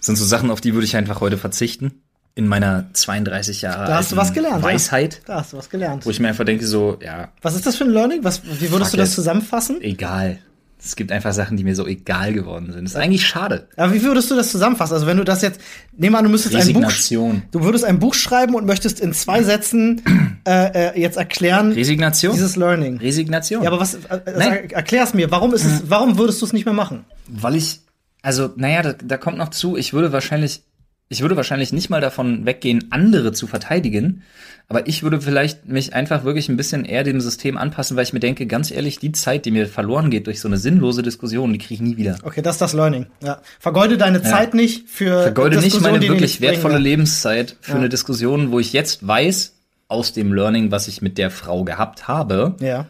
S2: sind so Sachen, auf die würde ich einfach heute verzichten. In meiner 32 Jahre
S1: Da hast du
S2: alten
S1: was gelernt, ja.
S2: Weisheit,
S1: Da hast du was gelernt.
S2: wo ich mir einfach denke, so, ja,
S1: Was ist das für ein Learning? Was, wie würdest
S2: Fuck
S1: du das
S2: it.
S1: zusammenfassen?
S2: egal. Es gibt einfach Sachen, die mir so egal geworden sind. Das ist eigentlich schade.
S1: Aber wie würdest du das zusammenfassen? Also wenn du das jetzt, nehmen wir an, du müsstest ein Buch,
S2: Resignation.
S1: du würdest ein Buch schreiben und möchtest in zwei Sätzen äh, äh, jetzt erklären
S2: Resignation?
S1: dieses Learning.
S2: Resignation.
S1: Ja, aber was? Äh, äh,
S2: Nein.
S1: sag- erklär's mir. Warum ist es? Warum würdest du es nicht mehr machen?
S2: Weil ich, also, naja, da, da kommt noch zu, ich würde wahrscheinlich, ich würde wahrscheinlich nicht mal davon weggehen, andere zu verteidigen, aber ich würde vielleicht mich einfach wirklich ein bisschen eher dem System anpassen, weil ich mir denke, ganz ehrlich, die Zeit, die mir verloren geht durch so eine sinnlose Diskussion, die kriege ich nie wieder.
S1: Okay, das ist das Learning. Ja. Vergeude deine Zeit nicht für
S2: Vergeude nicht
S1: Diskussionen,
S2: meine
S1: die dir
S2: wirklich
S1: nichts bringen.
S2: wertvolle Lebenszeit für eine Diskussion, wo ich jetzt weiß, aus dem Learning, was ich mit der Frau gehabt habe,
S1: Ja,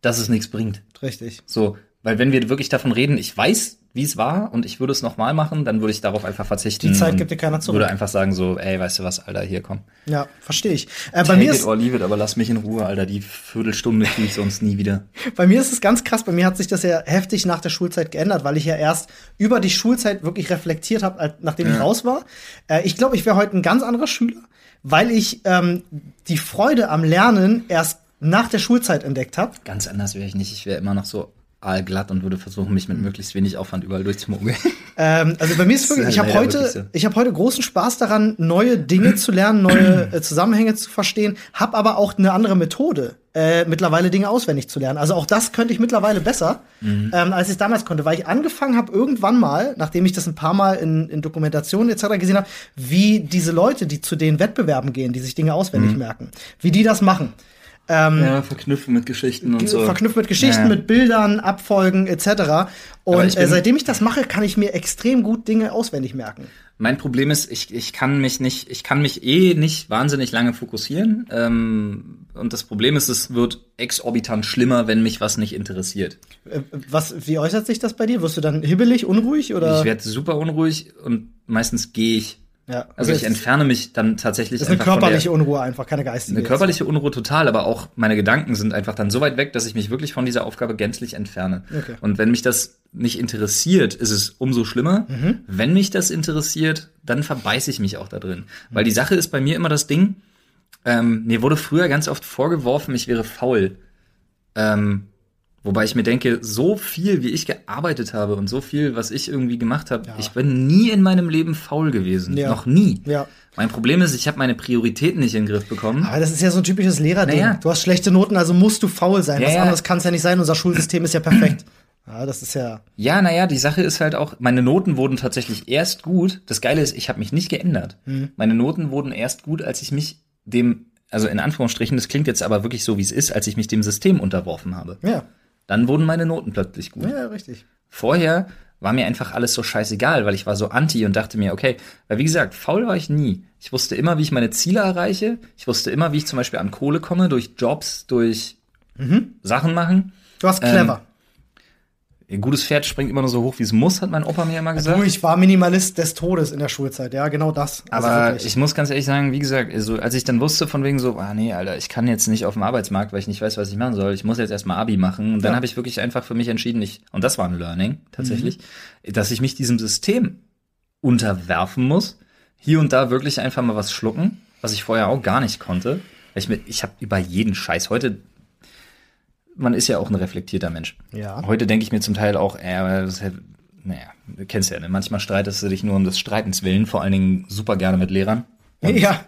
S2: dass es nichts bringt.
S1: richtig.
S2: So, Weil wenn wir wirklich davon reden, ich weiß, wie es war und ich würde es nochmal machen, dann würde ich darauf einfach verzichten.
S1: Die Zeit
S2: und
S1: gibt dir keiner zurück.
S2: Würde einfach sagen so, ey, weißt du was, Alter, hier komm.
S1: Ja, verstehe ich. Äh, bei, mir
S2: Take it
S1: ist,
S2: or leave it, aber lass mich in Ruhe, Alter. Die Viertelstunde krieg ich sonst nie wieder.
S1: bei mir ist es ganz krass. Bei mir hat sich das ja heftig nach der Schulzeit geändert, weil ich ja erst über die Schulzeit wirklich reflektiert habe, nachdem ich
S2: Ja.
S1: raus war. Äh, ich glaube, ich wäre heute ein ganz anderer Schüler, weil ich ähm, die Freude am Lernen erst nach der Schulzeit entdeckt habe.
S2: Ganz anders wäre ich nicht. Ich wäre immer noch so aalglatt und würde versuchen, mich mit möglichst wenig Aufwand überall durchzumogeln.
S1: Ähm, also bei mir ist wirklich,
S2: ist
S1: ich habe
S2: leider wirklich so.
S1: heute, ich habe heute großen Spaß daran, neue Dinge zu lernen, neue äh, Zusammenhänge zu verstehen, habe aber auch eine andere Methode, äh, mittlerweile Dinge auswendig zu lernen. Also auch das könnte ich mittlerweile besser,
S2: Mhm.
S1: ähm, als ich es damals konnte, weil ich angefangen habe irgendwann mal, nachdem ich das ein paar Mal in, in Dokumentationen etc. gesehen habe, wie diese Leute, die zu den Wettbewerben gehen, die sich Dinge auswendig
S2: Mhm.
S1: merken, wie die das machen. Ähm,
S2: Ja, verknüpfen mit Geschichten und
S1: verknüpft mit Geschichten,
S2: Ja.
S1: mit Bildern, Abfolgen etc. Und
S2: ich
S1: äh,
S2: bin-
S1: seitdem ich das mache, kann ich mir extrem gut Dinge auswendig merken.
S2: Mein Problem ist, ich, ich kann mich nicht, ich kann mich eh nicht wahnsinnig lange fokussieren. Ähm, und das Problem ist, es wird exorbitant schlimmer, wenn mich was nicht interessiert.
S1: Äh, Was, wie äußert sich das bei dir? Wirst du dann hibbelig, unruhig oder?
S2: Ich werde super unruhig und meistens gehe ich.
S1: ja,
S2: Also ich
S1: das
S2: entferne mich dann tatsächlich
S1: ist eine
S2: einfach von der,
S1: körperliche Unruhe einfach, keine geistige.
S2: Eine
S1: jetzt.
S2: körperliche Unruhe total, aber auch meine Gedanken sind einfach dann so weit weg, dass ich mich wirklich von dieser Aufgabe gänzlich entferne.
S1: Okay.
S2: Und wenn mich das nicht interessiert, ist es umso schlimmer.
S1: Mhm.
S2: Wenn mich das interessiert, dann verbeiße ich mich auch da drin. Weil die Sache ist bei mir immer das Ding, ähm, mir wurde früher ganz oft vorgeworfen, ich wäre faul. Ähm, wobei ich mir denke, so viel, wie ich gearbeitet habe und so viel, was ich irgendwie gemacht habe, ich bin nie in meinem Leben faul gewesen.
S1: Ja.
S2: Noch nie.
S1: Ja.
S2: Mein Problem ist, ich habe meine Prioritäten nicht in den Griff bekommen.
S1: Aber das ist ja so ein typisches Lehrerding.
S2: Naja.
S1: Du hast schlechte Noten, also musst du faul sein.
S2: Ja,
S1: Was
S2: ja.
S1: anderes kann es ja nicht sein. Unser Schulsystem ist ja perfekt. Ja, das ist ja.
S2: Ja, naja, die Sache ist halt auch, meine Noten wurden tatsächlich erst gut. Das Geile ist, ich habe mich nicht geändert.
S1: Mhm.
S2: Meine Noten wurden erst gut, als ich mich dem, also in Anführungsstrichen, das klingt jetzt aber wirklich so, wie es ist, als ich mich dem System unterworfen habe.
S1: Ja,
S2: Dann wurden meine Noten plötzlich gut.
S1: ja, richtig.
S2: Vorher war mir einfach alles so scheißegal, weil ich war so anti und dachte mir, okay, weil wie gesagt, faul war ich nie. Ich wusste immer, wie ich meine Ziele erreiche. Ich wusste immer, wie ich zum Beispiel an Kohle komme, durch Jobs, durch
S1: Mhm.
S2: Sachen machen.
S1: Du
S2: Ähm.
S1: warst clever.
S2: Ein gutes Pferd springt immer nur so hoch, wie es muss, hat mein Opa mir immer gesagt.
S1: du, ich war Minimalist des Todes in der Schulzeit. Ja, genau das. Also
S2: Aber
S1: wirklich.
S2: ich muss ganz ehrlich sagen, wie gesagt, also als ich dann wusste von wegen so, ah nee, Alter, ich kann jetzt nicht auf dem Arbeitsmarkt, weil ich nicht weiß, was ich machen soll. Ich muss jetzt erstmal Abi machen. Und dann
S1: Ja.
S2: habe ich wirklich einfach für mich entschieden, ich, und das war ein Learning tatsächlich,
S1: Mhm.
S2: dass ich mich diesem System unterwerfen muss. Hier und da wirklich einfach mal was schlucken, was ich vorher auch gar nicht konnte. Weil Ich, mir- ich habe über jeden Scheiß heute. Man ist ja auch ein reflektierter Mensch.
S1: Ja.
S2: Heute denke ich mir zum Teil auch, äh, das hätte, naja, du kennst ja, ne? manchmal streitest du dich nur um des Streitens willen, vor allen Dingen super gerne mit Lehrern
S1: ja.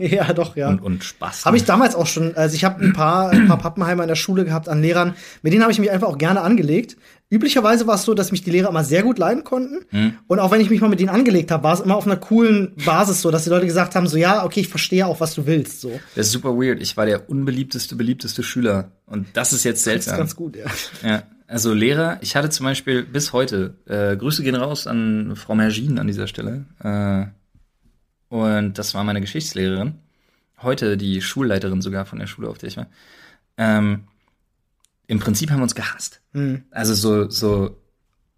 S1: Ja, doch, ja.
S2: und, und Spaß.
S1: Habe ich damals auch schon. Also ich habe ein paar, ein paar Pappenheimer in der Schule gehabt an Lehrern. Mit denen habe ich mich einfach auch gerne angelegt. Üblicherweise war es so, dass mich die Lehrer immer sehr gut leiden konnten.
S2: Mhm.
S1: Und auch wenn ich mich mal mit denen angelegt habe, war es immer auf einer coolen Basis so, dass die Leute gesagt haben, so ja, okay, ich verstehe auch, was du willst. So.
S2: das ist super weird. Ich war der unbeliebteste, beliebteste Schüler. Und das ist jetzt
S1: Das ist
S2: seltsam.
S1: ganz gut, ja.
S2: Ja. Also Lehrer, ich hatte zum Beispiel bis heute, äh, Grüße gehen raus an Frau Mergin an dieser Stelle. Äh, und das war meine Geschichtslehrerin. Heute die Schulleiterin sogar von der Schule, auf der ich war. Ähm, Im Prinzip haben wir uns gehasst.
S1: Hm.
S2: Also so, so,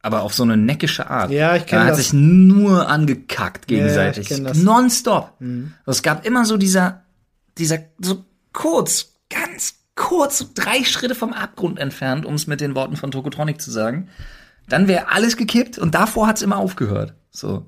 S2: aber auf so eine neckische Art.
S1: Ja, ich kenn
S2: Man hat
S1: das.
S2: sich nur angekackt
S1: ja,
S2: gegenseitig.
S1: ich kenn das. Mhm.
S2: Nonstop. Es gab immer so dieser, dieser, so kurz, ganz kurz, so drei Schritte vom Abgrund entfernt, um es mit den Worten von Tokotronic zu sagen. Dann wäre alles gekippt und davor hat's immer aufgehört. So.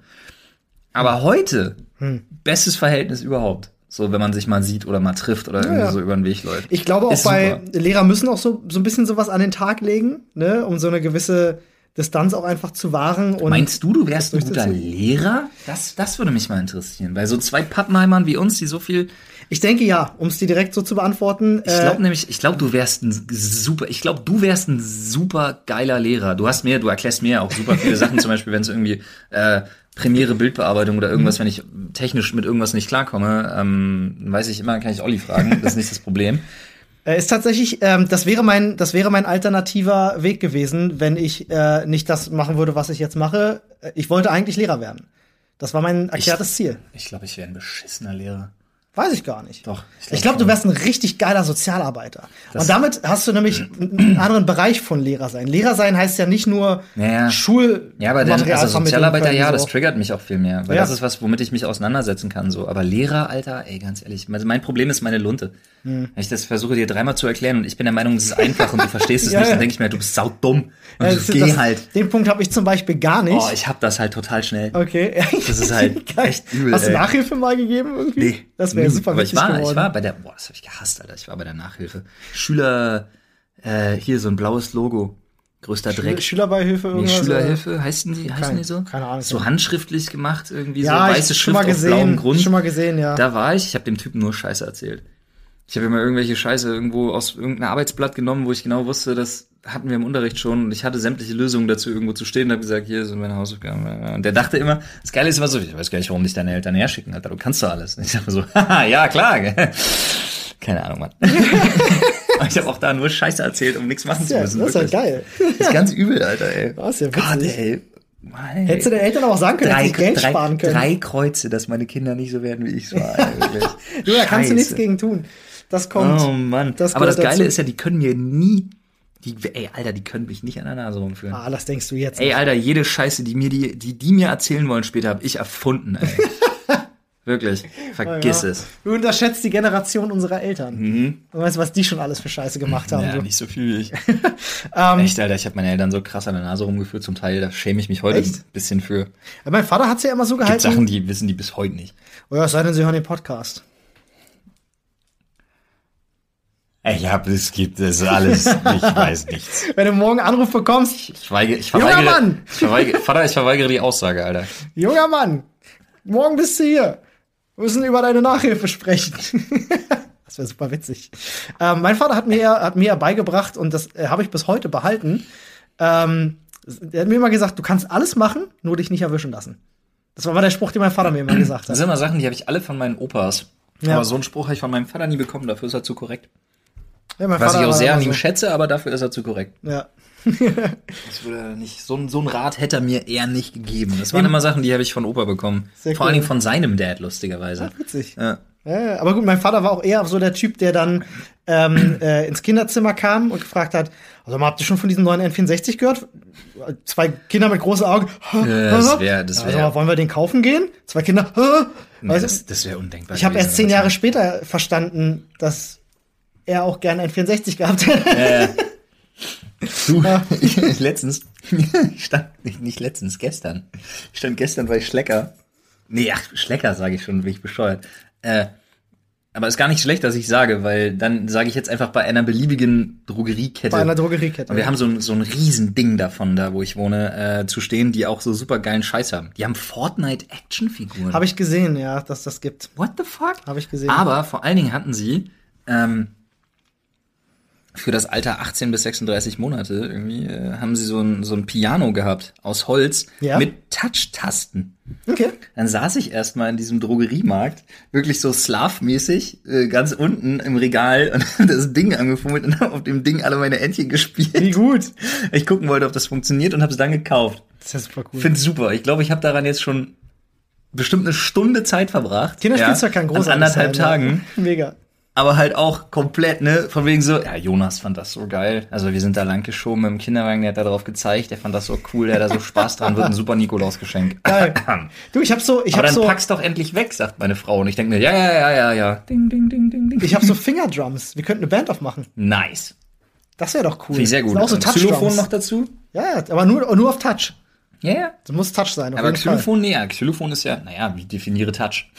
S2: Aber heute,
S1: Hm.
S2: bestes Verhältnis überhaupt. So, wenn man sich mal sieht oder mal trifft oder irgendwie
S1: ja.
S2: so über den Weg läuft.
S1: Ich glaube auch
S2: Ist
S1: bei
S2: super.
S1: Lehrer müssen auch so, so ein bisschen sowas an den Tag legen, ne, um so eine gewisse Distanz auch einfach zu wahren. Und
S2: Meinst du, du wärst ein guter
S1: durchzuziehen.
S2: Lehrer? Das, das würde mich mal interessieren. Bei so zwei Pappenheimern wie uns, die so viel.
S1: ich denke ja, um es dir direkt so zu beantworten.
S2: Ich glaube nämlich, ich glaube, du wärst ein super, ich glaube, du wärst ein super geiler Lehrer. Du hast mir, du erklärst mir ja auch super viele Sachen, zum Beispiel, wenn es irgendwie äh, Premiere Bildbearbeitung oder irgendwas, wenn ich technisch mit irgendwas nicht klarkomme, ähm, weiß ich immer, kann ich Olli fragen, das ist nicht das Problem.
S1: Äh, Ist tatsächlich, ähm, das wäre mein, das wäre mein alternativer Weg gewesen, wenn ich äh, nicht das machen würde, was ich jetzt mache. Äh, Ich wollte eigentlich Lehrer werden. Das war mein erklärtes Ziel.
S2: Ich glaube, ich wäre ein beschissener Lehrer.
S1: Weiß ich gar nicht.
S2: Doch, ich
S1: Ich glaube,
S2: glaub
S1: glaub, du wärst ein richtig geiler Sozialarbeiter.
S2: Das-
S1: und damit hast du nämlich einen anderen Bereich von Lehrer sein. Lehrer sein heißt ja nicht nur
S2: Ja.
S1: Schul.
S2: Ja, aber dann,
S1: Material
S2: also
S1: vermitteln
S2: Sozialarbeiter,
S1: können,
S2: ja,
S1: so.
S2: das triggert mich auch viel mehr, weil
S1: Ja.
S2: das ist was, womit ich mich auseinandersetzen kann, so. Aber Lehrer, Alter, ey, ganz ehrlich, also mein- mein Problem ist meine Lunte.
S1: Hm.
S2: Wenn ich das versuche dir dreimal zu erklären und ich bin der Meinung, es ist einfach und du verstehst es
S1: Ja,
S2: nicht,
S1: ja.
S2: dann denke ich mir, du bist saudumm. Und
S1: Ja,
S2: ich
S1: Äh, das ist
S2: geh
S1: das-
S2: halt.
S1: Den Punkt habe ich zum Beispiel gar nicht.
S2: Oh, ich hab das halt total schnell.
S1: okay.
S2: Das ist halt
S1: Geil.
S2: echt übel,
S1: Hast du
S2: ey.
S1: Nachhilfe mal gegeben irgendwie?
S2: Nee.
S1: Das wäre
S2: nie.
S1: super
S2: Aber
S1: wichtig
S2: ich war,
S1: geworden.
S2: ich war bei der, boah, das habe ich gehasst, Alter. Ich war bei der Nachhilfe. Schüler, äh, hier so ein blaues Logo. Größter Dreck.
S1: Schülerbeihilfe
S2: Nee,
S1: irgendwas.
S2: Schülerhilfe, heißen die, heißen
S1: Keine-
S2: die so?
S1: keine Ahnung.
S2: So handschriftlich gemacht, irgendwie
S1: Ja,
S2: so
S1: ich
S2: weiße
S1: schon
S2: Schrift
S1: mal
S2: auf blauem
S1: gesehen.
S2: Grund.
S1: Schon mal gesehen, ja.
S2: Da war ich, ich habe dem Typen nur Scheiße erzählt. Ich habe immer irgendwelche Scheiße irgendwo aus irgendeinem Arbeitsblatt genommen, wo ich genau wusste, das hatten wir im Unterricht schon und ich hatte sämtliche Lösungen dazu irgendwo zu stehen und habe gesagt, hier sind meine Hausaufgaben. Und der dachte immer, das Geile ist immer so, ich weiß gar nicht, warum dich deine Eltern herschicken, Alter, du kannst doch alles. Und ich dachte so, haha, ja klar. gell. Keine Ahnung, Mann. Aber ich habe auch da nur Scheiße erzählt, um nichts machen zu
S1: ja, das
S2: müssen.
S1: ist ja
S2: wirklich.
S1: geil.
S2: Das ist ganz übel, Alter, ey.
S1: Das ist ja witzig.
S2: Gott, ey. Mann, ey.
S1: Hättest du den Eltern auch sagen können,
S2: drei,
S1: dass sie Geld
S2: drei,
S1: sparen können.
S2: drei Kreuze, dass meine Kinder nicht so werden, wie ich es war. ey, wirklich.
S1: du, da kannst du nichts
S2: Scheiße.
S1: gegen tun. Das kommt.
S2: Oh Mann.
S1: Das
S2: Aber das
S1: gehört
S2: Geile
S1: dazu.
S2: ist ja, die können mir nie. Die, ey, Alter, die können mich nicht an der Nase rumführen.
S1: Ah, das denkst du jetzt.
S2: Ey, Alter, jede Scheiße, die mir die, die, die mir erzählen wollen später, habe ich erfunden, ey. Wirklich. Vergiss
S1: Ja.
S2: es. Mhm.
S1: Du unterschätzt die Generation unserer Eltern. Du weißt, was die schon alles für Scheiße gemacht haben.
S2: Ja,
S1: du.
S2: nicht so viel wie ich. Ähm. Echt, Alter, ich habe meine Eltern so krass an der Nase rumgeführt. Zum Teil, da schäme ich mich heute ein bisschen für.
S1: Aber Mein Vater hat es ja immer so
S2: Gibt
S1: gehalten.
S2: Sachen, die wissen die bis heute nicht.
S1: Oh ja, es sei denn, sie hören den Podcast.
S2: Ich hab, es gibt, es ist alles, ich weiß nichts.
S1: Wenn du morgen einen Anruf bekommst,
S2: Ich weige, ich
S1: Junger
S2: verweigere,
S1: Mann!
S2: Ich verweigere, Vater, ich verweigere die Aussage, Alter.
S1: junger Mann, morgen bist du hier. Wir müssen über deine Nachhilfe sprechen. das wäre super witzig. Ähm, mein Vater hat mir, ja- hat mir ja beigebracht, und das äh, habe ich bis heute behalten, ähm, er hat mir immer gesagt, du kannst alles machen, nur dich nicht erwischen lassen. Das war mal der Spruch, den mein Vater mir immer gesagt
S2: Das
S1: hat.
S2: sind immer Sachen, die habe ich alle von meinen Opas.
S1: Ja.
S2: Aber so einen Spruch habe ich von meinem Vater nie bekommen, dafür ist er zu korrekt.
S1: Ja, mein
S2: Was
S1: Vater
S2: ich auch
S1: war also
S2: sehr an
S1: immer
S2: ihm
S1: so.
S2: schätze, aber dafür ist er zu korrekt.
S1: Ja.
S2: Das würde er nicht, so, ein- so ein Rat hätte er mir eher nicht gegeben. Das waren immer Sachen, die habe ich von Opa bekommen.
S1: Sehr
S2: Vor
S1: cool.
S2: allen Dingen von seinem Dad, lustigerweise.
S1: Witzig.
S2: Ja.
S1: Ja, aber gut, mein Vater war auch eher so der Typ, der dann ähm, äh, ins Kinderzimmer kam und gefragt hat, also mal, habt ihr schon von diesem neuen N64 gehört? Zwei Kinder mit großen Augen.
S2: das wär- das
S1: Ja,
S2: wär-
S1: sag mal, wollen wir den kaufen gehen? Zwei Kinder.
S2: Nee,
S1: Weißt du,
S2: das das wäre undenkbar.
S1: ich habe
S2: gewesen,
S1: erst zehn
S2: wenn das-
S1: Jahre später verstanden, dass er auch gerne N64 gehabt hätte.
S2: Du, ich, ich letztens, ich stand, nicht, nicht letztens, gestern. Ich stand gestern bei Schlecker. Nee, ach, Schlecker sage ich schon, bin ich bescheuert. Äh, aber ist gar nicht schlecht, dass ich sage, weil dann sage ich jetzt einfach bei einer beliebigen Drogeriekette.
S1: Bei einer
S2: Und wir
S1: Drogeriekette.
S2: haben so ein, so ein Riesending davon, da wo ich wohne, äh, zu stehen, die auch so super geilen Scheiß haben. Die haben Fortnite-Actionfiguren.
S1: Habe ich gesehen, ja, dass das gibt.
S2: What the fuck?
S1: Habe ich gesehen.
S2: Aber vor allen Dingen hatten sie ähm, für das Alter 18 bis 36 Monate irgendwie äh, haben sie so ein, so ein Piano gehabt aus Holz
S1: Ja.
S2: mit Touch-Tasten.
S1: Okay.
S2: Dann saß ich erstmal in diesem Drogeriemarkt, wirklich so slav-mäßig, äh, ganz unten im Regal und hab das Ding angefummelt und hab auf dem Ding alle meine Entchen gespielt.
S1: Wie gut.
S2: Weil Ich gucken wollte, ob das funktioniert und hab's dann gekauft.
S1: Das ist ja super cool.
S2: Find's super. Ich glaube, ich habe daran jetzt schon bestimmt eine Stunde Zeit verbracht.
S1: Kinderspielzeug kann großartig
S2: An anderthalb
S1: sein, ja.
S2: Tagen
S1: Mega.
S2: aber halt auch komplett, ne, von wegen so, ja, Jonas fand das so geil. Also wir sind da lang geschoben im Kinderwagen, der hat da drauf gezeigt, der fand das so cool, der hat da so Spaß dran, wird ein super Nikolausgeschenk.
S1: Geil.
S2: Aber
S1: Du, ich habe so, ich habe
S2: dann
S1: so,
S2: pack's doch endlich weg, sagt meine Frau. Und ich denke mir, ja, ja, ja, ja, ja. Ding, ding, ding, ding, ding.
S1: ich habe so Fingerdrums. Wir könnten eine Band aufmachen.
S2: nice.
S1: Das wäre doch cool.
S2: Finde ich sehr gut.
S1: Das sind auch so
S2: Ein Xylophon noch
S1: Touch
S2: dazu?
S1: Ja, ja, aber nur, nur auf Touch.
S2: Ja, ja.
S1: Das muss Touch sein, auf
S2: Aber
S1: jeden Fall.
S2: Xylophon, nee, ja, Xylophon ist ja, naja, wie definiere Touch?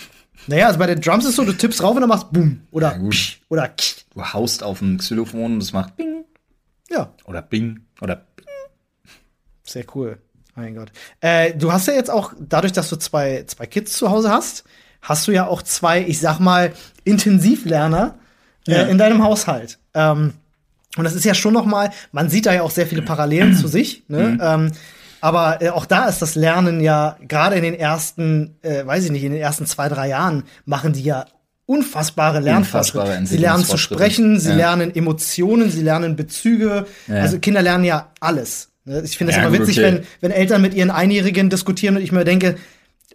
S1: Naja, also bei den Drums ist so, du tippst rauf und dann machst Boom oder
S2: Ja, gut.
S1: Psch oder K.
S2: Du haust auf ein Xylophon und es macht Bing
S1: Ja,
S2: oder Bing oder Bing.
S1: sehr cool. Mein Gott. Äh, du hast ja jetzt auch, dadurch, dass du zwei, zwei Kids zu Hause hast, hast du ja auch zwei, ich sag mal, Intensivlerner
S2: Ja.
S1: äh, in deinem Haushalt. Ähm, und das ist ja schon noch mal, man sieht da ja auch sehr viele Parallelen zu sich. Ne?
S2: Mhm.
S1: Ähm, aber äh, auch da ist das Lernen ja gerade in den ersten, äh, weiß ich nicht, in den ersten zwei, drei Jahren machen die ja unfassbare
S2: Unfassbare
S1: Lernfortschritte. Sie lernen zu
S2: Entwicklungsfortschritte.
S1: sprechen, sie
S2: Ja.
S1: lernen Emotionen, sie lernen Bezüge. Also Kinder lernen ja alles. ne? Ich finde es
S2: Ja,
S1: immer
S2: gut,
S1: witzig,
S2: okay.
S1: wenn, wenn Eltern mit ihren Einjährigen diskutieren und ich mir denke,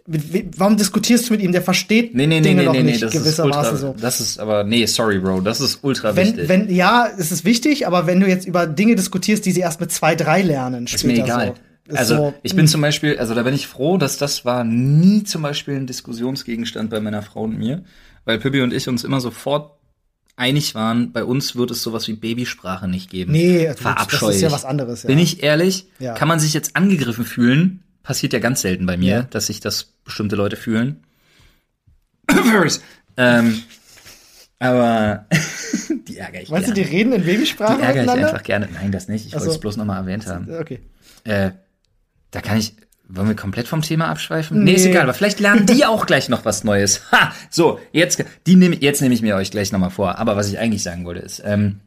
S1: mit, we- warum diskutierst du mit ihm? Der versteht
S2: Nee, nee, nee,
S1: Dinge
S2: nee,
S1: doch
S2: nee, nee,
S1: nicht
S2: das ist
S1: gewissermaßen
S2: ultra,
S1: so.
S2: das ist aber, nee, sorry, Bro, das ist ultra wichtig.
S1: Wenn, wenn, ja, es ist wichtig, aber wenn du jetzt über Dinge diskutierst, die sie erst mit zwei, drei lernen,
S2: ist mir
S1: später
S2: egal.
S1: so. Ist
S2: also
S1: so, hm,
S2: ich bin zum Beispiel, also da bin ich froh, dass das war nie zum Beispiel ein Diskussionsgegenstand bei meiner Frau und mir, weil Pippi und ich uns immer sofort einig waren, bei uns wird es sowas wie Babysprache nicht geben.
S1: Nee, gut,
S2: verabscheue
S1: das ist ja
S2: ich.
S1: was anderes, ja.
S2: Bin ich ehrlich,
S1: Ja.
S2: kann man sich jetzt angegriffen fühlen? Passiert ja ganz selten bei mir,
S1: Ja.
S2: dass sich das bestimmte Leute fühlen. ähm, aber die ärgere ich
S1: Meinst du,
S2: gerne.
S1: die reden in Babysprache
S2: die ärgere ich
S1: miteinander?
S2: einfach gerne. Nein, das nicht. Ich
S1: Ach so.
S2: wollte es bloß nochmal erwähnt haben.
S1: Okay.
S2: Äh, da kann ich. Wollen wir komplett vom Thema abschweifen? Nee, ist
S1: Nee.
S2: egal, aber vielleicht lernen die auch gleich noch was Neues. Ha! So, jetzt, die nehm, jetzt nehme ich mir euch gleich nochmal vor. Aber was ich eigentlich sagen wollte, ist, ähm,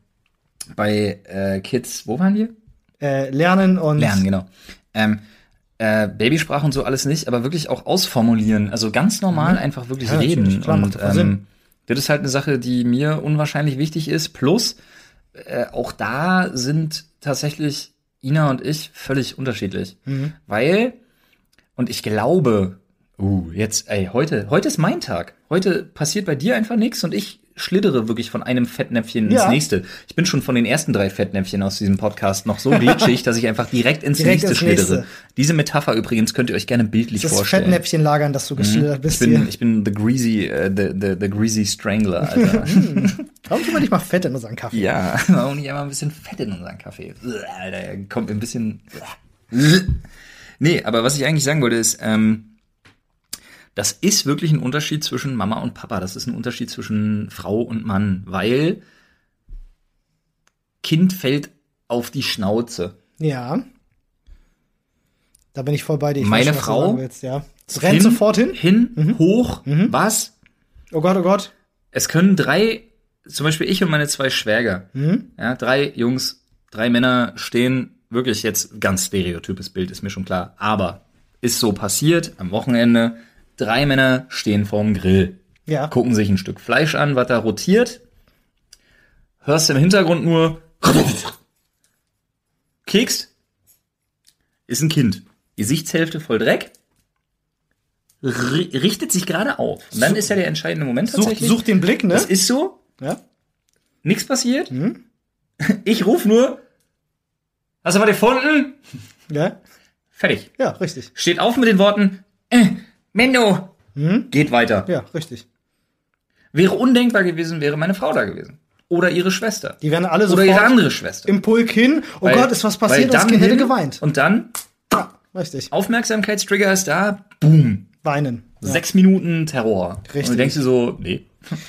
S2: bei äh, Kids, wo waren wir?
S1: Äh, lernen und
S2: Lernen, genau. Ähm, äh, Babysprache und so alles nicht, aber wirklich auch ausformulieren. Also ganz normal einfach wirklich
S1: Mhm. Ja, natürlich,
S2: reden.
S1: klar, macht
S2: und
S1: voll Sinn.
S2: ähm, das ist halt eine Sache, die mir unwahrscheinlich wichtig ist. Plus, äh, auch da sind tatsächlich Ina und ich völlig unterschiedlich.
S1: Mhm.
S2: Weil, und ich glaube, uh, jetzt, ey, heute, heute ist mein Tag. Heute passiert bei dir einfach nichts und ich schlittere wirklich von einem Fettnäpfchen
S1: Ja.
S2: ins nächste. Ich bin schon von den ersten drei Fettnäpfchen aus diesem Podcast noch so glitschig, dass ich einfach direkt ins
S1: Direkt
S2: nächste
S1: ins
S2: schlittere.
S1: nächste.
S2: Diese Metapher übrigens könnt ihr euch gerne bildlich
S1: das
S2: vorstellen. Mhm.
S1: Fettnäpfchen lagern, dass du geschildert
S2: ich
S1: bist
S2: bin,
S1: hier.
S2: ich bin the greasy, äh, the, the, the greasy strangler, Alter.
S1: Warum tun wir nicht mal Fett in unseren Kaffee?
S2: ja, warum nicht einmal ein bisschen Fett in unseren Kaffee? Uah, Alter, kommt mir ein bisschen. Uah. Nee, aber was ich eigentlich sagen wollte ist, ähm, das ist wirklich ein Unterschied zwischen Mama und Papa. Das ist ein Unterschied zwischen Frau und Mann, weil Kind fällt auf die Schnauze.
S1: Ja. Da bin ich voll bei dir. Ich
S2: Meine
S1: weiß schon, was du
S2: Frau
S1: sagen willst, ja. Es rennt
S2: Hin,
S1: sofort hin. Mhm.
S2: Hin, hoch, was?
S1: Oh Gott, oh Gott.
S2: Es können drei, zum Beispiel ich und meine zwei Schwäger,
S1: Hm?
S2: ja, drei Jungs, drei Männer stehen, wirklich jetzt ganz stereotypes Bild, ist mir schon klar, aber ist so passiert am Wochenende, drei Männer stehen vorm Grill,
S1: Ja.
S2: gucken sich ein Stück Fleisch an, was da rotiert, hörst im Hintergrund nur, kekst, ist ein Kind, Gesichtshälfte voll Dreck, ri- richtet sich gerade auf. Und dann ist ja der entscheidende Moment
S1: Such,
S2: tatsächlich.
S1: such den Blick, ne?
S2: Das ist so.
S1: Ja. Mhm.
S2: Nichts passiert. Ich rufe nur. Hast du was gefunden?
S1: Ja.
S2: Fertig.
S1: Ja, richtig.
S2: Steht auf mit den Worten. Äh, Mendo.
S1: Mhm.
S2: Geht weiter.
S1: Ja, richtig.
S2: Wäre undenkbar gewesen, wäre meine Frau da gewesen. Oder ihre Schwester.
S1: Die werden alle
S2: Oder
S1: sofort
S2: ihre andere Schwester.
S1: im Pulk hin. Oh
S2: Weil-
S1: Gott, ist was
S2: weil
S1: passiert? Und das
S2: dann
S1: Kind hätte
S2: hin
S1: geweint.
S2: Und dann,
S1: Ja, richtig.
S2: Aufmerksamkeitstrigger ist da. Boom.
S1: Weinen. Ja.
S2: Sechs Minuten Terror. Und du
S1: Richtig.
S2: denkst dir so, nee.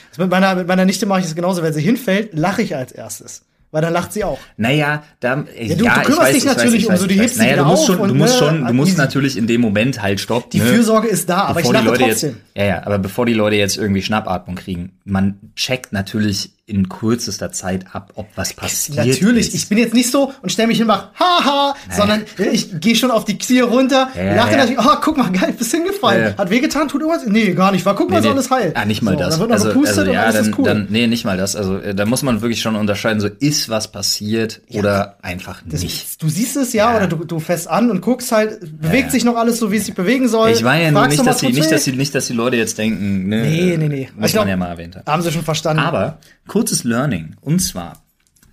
S1: Das Mit, meiner, mit meiner Nichte mache ich es genauso. Wenn sie hinfällt, lache ich als erstes. Weil dann lacht sie auch.
S2: Naja, da, äh, ja,
S1: du- du
S2: ich
S1: kümmerst
S2: weiß,
S1: dich
S2: ich weiß,
S1: natürlich
S2: ich
S1: um
S2: weiß,
S1: so, du
S2: ich weiß.
S1: hebst sie
S2: naja,
S1: wieder
S2: du musst
S1: auf
S2: schon, du
S1: und,
S2: musst
S1: ne,
S2: schon, du musst
S1: easy.
S2: natürlich in dem Moment halt stopp.
S1: Die Fürsorge ist da, aber ich
S2: bevor die
S1: lache
S2: Leute
S1: trotzdem.
S2: jetzt, ja, ja, aber bevor die Leute jetzt irgendwie Schnappatmung kriegen, man checkt natürlich in kürzester Zeit ab, ob was passiert.
S1: Natürlich,
S2: ist.
S1: ich bin jetzt nicht so und stelle mich hin und mach haha, sondern ich gehe schon auf die Knie runter,
S2: Ja, ja,
S1: lache
S2: ja.
S1: natürlich, oh, guck mal, geil, bist hingefallen.
S2: Ja, ja.
S1: Hat wehgetan, tut irgendwas? Nee, gar nicht, war, guck mal,
S2: Nee,
S1: ist
S2: nee.
S1: alles heil.
S2: Ah, nicht mal
S1: so,
S2: das. also,
S1: Dann wird noch gepustet und alles
S2: dann,
S1: ist cool.
S2: dann, nee, nicht mal das. Also äh, da muss man wirklich schon unterscheiden, so ist was passiert oder einfach nicht.
S1: du siehst es ja, oder du, du fährst an und guckst halt, bewegt sich noch alles so, wie es sich bewegen soll.
S2: Ich meine ja nur
S1: äh, Fragst
S2: nicht,
S1: noch,
S2: dass die,
S1: tut's
S2: nicht,
S1: weh?
S2: dass die, nicht, dass die Leute jetzt denken, ne,
S1: Nee,
S2: äh,
S1: nee, nee.
S2: muss
S1: Ich glaub-
S2: man ja mal erwähnt haben.
S1: Haben sie schon verstanden.
S2: Aber kurzes Learning. Und zwar,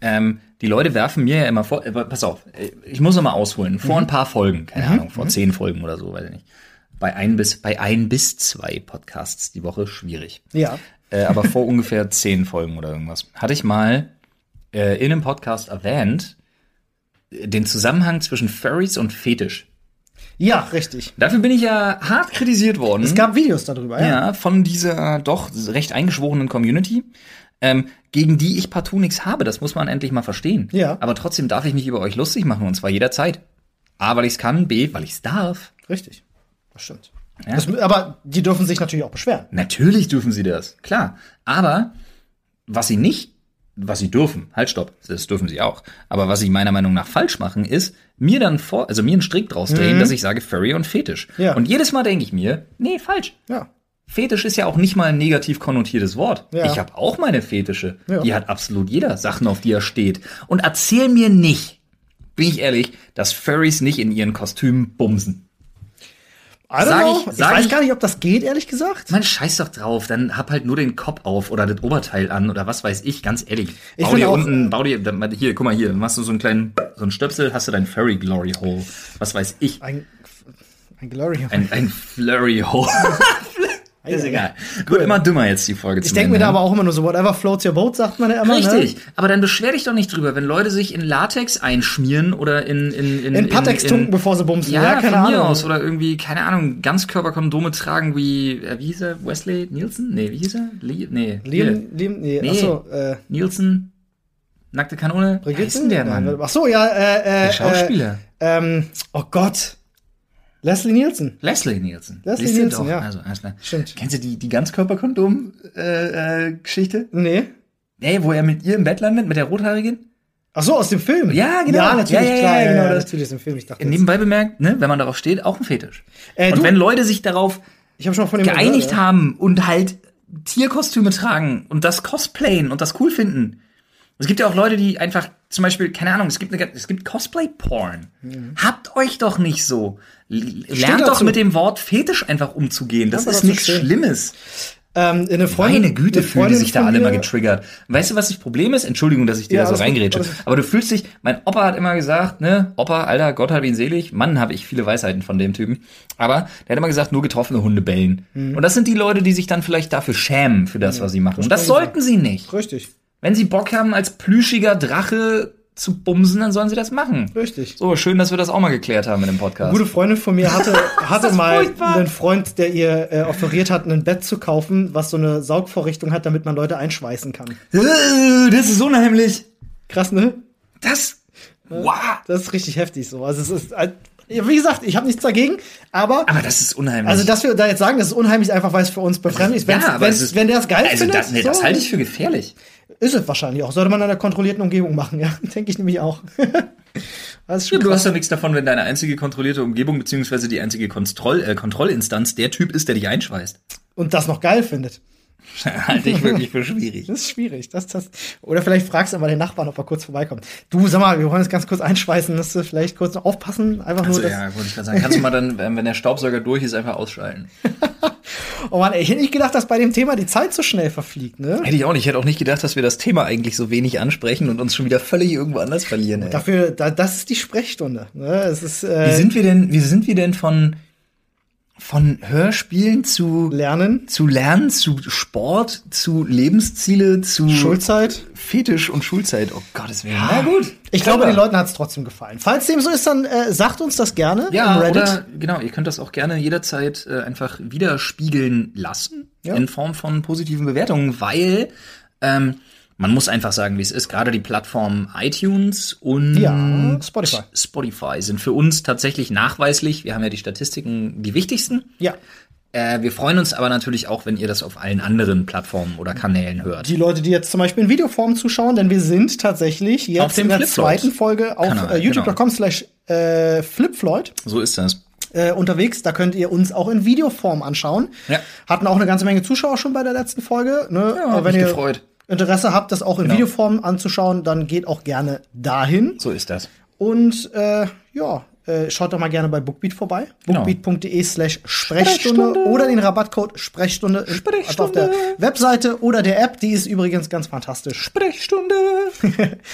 S2: ähm, die Leute werfen mir ja immer vor, äh, pass auf, äh, ich muss nochmal ausholen. Vor ein paar Folgen, keine Ahnung, vor zehn Folgen oder so, weiß ich nicht. Bei ein bis, bei ein bis zwei Podcasts die Woche schwierig.
S1: ja,
S2: Äh, aber vor ungefähr zehn Folgen oder irgendwas, hatte ich mal äh, in einem Podcast erwähnt, äh, den Zusammenhang zwischen Furries und Fetisch.
S1: ja, richtig.
S2: Dafür bin ich ja hart kritisiert worden.
S1: Es gab Videos darüber, ja.
S2: Ja, von dieser doch recht eingeschworenen Community, ähm, gegen die ich partout nichts habe. Das muss man endlich mal verstehen.
S1: Ja.
S2: Aber trotzdem darf ich mich über euch lustig machen und zwar jederzeit. A, weil ich es kann, B, weil ich es darf.
S1: Richtig. Das stimmt. Das, aber die dürfen sich natürlich auch beschweren.
S2: Natürlich dürfen sie das, klar. Aber was sie nicht, was sie dürfen, halt stopp, das dürfen sie auch. Aber was sie meiner Meinung nach falsch machen, ist mir dann vor, also mir einen Strick draus drehen, dass ich sage Furry und Fetisch.
S1: Mhm. Ja.
S2: Und jedes Mal denke ich mir, nee, falsch.
S1: Ja.
S2: Fetisch ist ja auch nicht mal ein negativ konnotiertes Wort.
S1: Ja.
S2: Ich habe auch meine Fetische.
S1: Ja.
S2: Die hat absolut jeder Sachen, auf die er steht. Und erzähl mir nicht, bin ich ehrlich, dass Furries nicht in ihren Kostümen bumsen.
S1: I don't
S2: Sag ich-
S1: know. Ich,
S2: sag
S1: weiß
S2: ich-
S1: gar nicht, ob das geht, ehrlich gesagt.
S2: Man scheiß doch drauf, dann hab halt nur den Kopf auf oder das Oberteil an oder was weiß ich, ganz ehrlich.
S1: Ich
S2: bau
S1: finde
S2: dir
S1: auch- äh,
S2: unten, bau dir, dann- hier, guck mal hier, dann machst du so einen kleinen, so einen Stöpsel, hast du dein Furry Glory Hole. Was weiß ich,
S1: Ein, ein Glory.
S2: ein, ein Flurry Hole. Ist egal. Wird immer dümmer jetzt die Folge
S1: Ich denke mir da aber auch immer nur so, whatever floats your boat, sagt man ja immer.
S2: Richtig,
S1: Ne?
S2: aber dann beschwer dich doch nicht drüber, wenn Leute sich in Latex einschmieren oder in in in,
S1: In Patex tunken, bevor sie bumsen.
S2: ja,
S1: keine
S2: von mir
S1: Ahnung.
S2: aus oder irgendwie keine Ahnung, Ganzkörperkondome tragen wie äh, wie hieß er Wesley Nielsen? Nee, wie hieß er? Lee, nee,
S1: Liam, Liam, nee,
S2: Nee.
S1: achso, äh,
S2: Nielsen, nackte Kanone. Wie
S1: Brigitte?
S2: heißt denn der Mann?
S1: Nein, Achso, ja, äh, äh,
S2: der Schauspieler.
S1: Äh, ähm, oh Gott. Leslie Nielsen.
S2: Leslie Nielsen.
S1: Leslie
S2: Siehst du
S1: Nielsen, ja.
S2: Also, alles klar.
S1: Stimmt.
S2: Kennst du die, die Ganzkörperkondom-Geschichte?
S1: Nee.
S2: nee, wo er mit ihr im Bett landet, mit der Rothaarigen?
S1: Achso, aus dem Film.
S2: Ja, genau.
S1: Ja, natürlich,
S2: Ja, ja, ja,
S1: klar.
S2: genau, das-
S1: natürlich aus dem Film. Ich dachte, jetzt-
S2: Nebenbei bemerkt, ne, wenn man darauf steht, auch ein Fetisch.
S1: Äh,
S2: und
S1: du-
S2: wenn Leute sich darauf
S1: ich habe schon mal von dem
S2: geeinigt
S1: gehört, ja.
S2: haben und halt Tierkostüme tragen und das cosplayen und das cool finden. Es gibt ja auch Leute, die einfach zum Beispiel, keine Ahnung, es gibt, eine, es gibt Cosplay-Porn. Habt euch doch nicht so. L- Lernt doch
S1: dazu.
S2: mit dem Wort Fetisch einfach umzugehen. Das
S1: Einfach
S2: ist
S1: dazu
S2: nichts
S1: stehen.
S2: Schlimmes.
S1: Ähm, eine Freundin,
S2: Meine Güte,
S1: eine
S2: fühlen die
S1: Freundin
S2: sich da
S1: von
S2: alle
S1: mir-
S2: mal getriggert. Weißt du, was das Problem ist? Entschuldigung, dass ich dir
S1: Ja,
S2: da so
S1: alles gut,
S2: reingrätsche.
S1: alles gut.
S2: Aber du fühlst dich, mein Opa hat immer gesagt, ne, Opa, Alter, Gott hab ihn selig. Mann, habe ich viele Weisheiten von dem Typen. Aber der hat immer gesagt, nur getroffene Hunde bellen.
S1: Mhm.
S2: Und das sind die Leute, die sich dann vielleicht dafür schämen für das, was sie machen. Und das sollten sie nicht.
S1: Richtig,
S2: Wenn sie Bock haben, als plüschiger Drache zu bumsen, dann sollen sie das machen.
S1: richtig.
S2: So, schön, dass wir das auch mal geklärt haben in dem Podcast.
S1: Eine gute Freundin von mir hatte, hatte
S2: das
S1: mal
S2: furchtbar.
S1: einen Freund, der ihr äh, offeriert hat, ein Bett zu kaufen, was so eine Saugvorrichtung hat, damit man Leute einschweißen kann.
S2: Äh, Das ist unheimlich.
S1: Krass, ne?
S2: Das, wow.
S1: Das ist richtig heftig so. Also es ist, äh, wie gesagt, ich habe nichts dagegen, aber
S2: Aber das ist unheimlich.
S1: also dass wir da jetzt sagen, das ist unheimlich, einfach weil es für uns befremdlich ist. Wenn's-
S2: Ja, aber
S1: wenn's-
S2: es ist-
S1: wenn der es geil
S2: Also
S1: findet,
S2: das, nee, das halte ich für gefährlich.
S1: ist es wahrscheinlich auch. Sollte man in einer kontrollierten Umgebung machen, ja, denke ich nämlich auch. das ist schon
S2: Du
S1: krass.
S2: hast doch nichts davon, wenn deine einzige kontrollierte Umgebung beziehungsweise die einzige Kontroll äh, Kontrollinstanz der Typ ist, der dich einschweißt.
S1: Und das noch geil findet.
S2: Halte ich wirklich für schwierig.
S1: Das ist schwierig. Das, das. Oder vielleicht fragst du mal den Nachbarn, ob er kurz vorbeikommt. Du, sag mal, wir wollen jetzt ganz kurz einschweißen, dass du vielleicht kurz noch aufpassen. Einfach
S2: Also,
S1: nur das.
S2: ja, wollte ich gerade sagen. Kannst du mal dann, ähm, wenn der Staubsauger durch ist, einfach ausschalten.
S1: Oh Mann, ey, ich hätte nicht gedacht, dass bei dem Thema die Zeit so schnell verfliegt, ne?
S2: Hätte ich auch nicht. Ich hätte auch nicht gedacht, dass wir das Thema eigentlich so wenig ansprechen und uns schon wieder völlig irgendwo anders verlieren. Ey.
S1: Dafür, da, das ist die Sprechstunde. Ne? Es ist äh,
S2: Wie sind wir denn, wie sind wir denn von, von Hörspielen zu,
S1: Lernen,
S2: zu Lernen, zu Sport, zu Lebensziele, zu
S1: Schulzeit.
S2: Fetisch und Schulzeit. Oh Gottes Willen. Na gut.
S1: Ich glaube, den Leuten hat es trotzdem gefallen. Falls dem so ist, dann äh, sagt uns das gerne
S2: Ja,
S1: im Reddit.
S2: oder genau, ihr könnt das auch gerne jederzeit äh, einfach widerspiegeln lassen
S1: Ja.
S2: in Form von positiven Bewertungen, weil ähm, man muss einfach sagen, wie es ist. Gerade die Plattformen iTunes und
S1: Ja, Spotify.
S2: Spotify sind für uns tatsächlich nachweislich. Wir haben ja die Statistiken, die wichtigsten.
S1: ja,
S2: Äh, wir freuen uns aber natürlich auch, wenn ihr das auf allen anderen Plattformen oder Kanälen hört.
S1: die Leute, die jetzt zum Beispiel in Videoform zuschauen, denn wir sind tatsächlich
S2: Auf
S1: jetzt
S2: dem
S1: in der
S2: Flipfloyd.
S1: zweiten Folge auf
S2: Kanal, genau.
S1: äh, youtube.com slash äh, flipfloyd.
S2: So ist das.
S1: äh, unterwegs. Da könnt ihr uns auch in Videoform anschauen.
S2: Ja.
S1: Hatten auch eine ganze Menge Zuschauer schon bei der letzten Folge. Ne?
S2: Ja, hab
S1: Aber wenn
S2: mich
S1: ihr
S2: gefreut. Genau.
S1: Interesse habt, das auch in Videoform anzuschauen, dann geht auch gerne dahin.
S2: So ist das.
S1: Und äh, ja, äh, schaut doch mal gerne bei Bookbeat vorbei.
S2: Genau.
S1: Bookbeat.de slash Sprechstunde oder den Rabattcode Sprechstunde, in-
S2: Sprechstunde.
S1: einfach auf der Webseite oder der App. Die ist übrigens ganz fantastisch.
S2: Sprechstunde.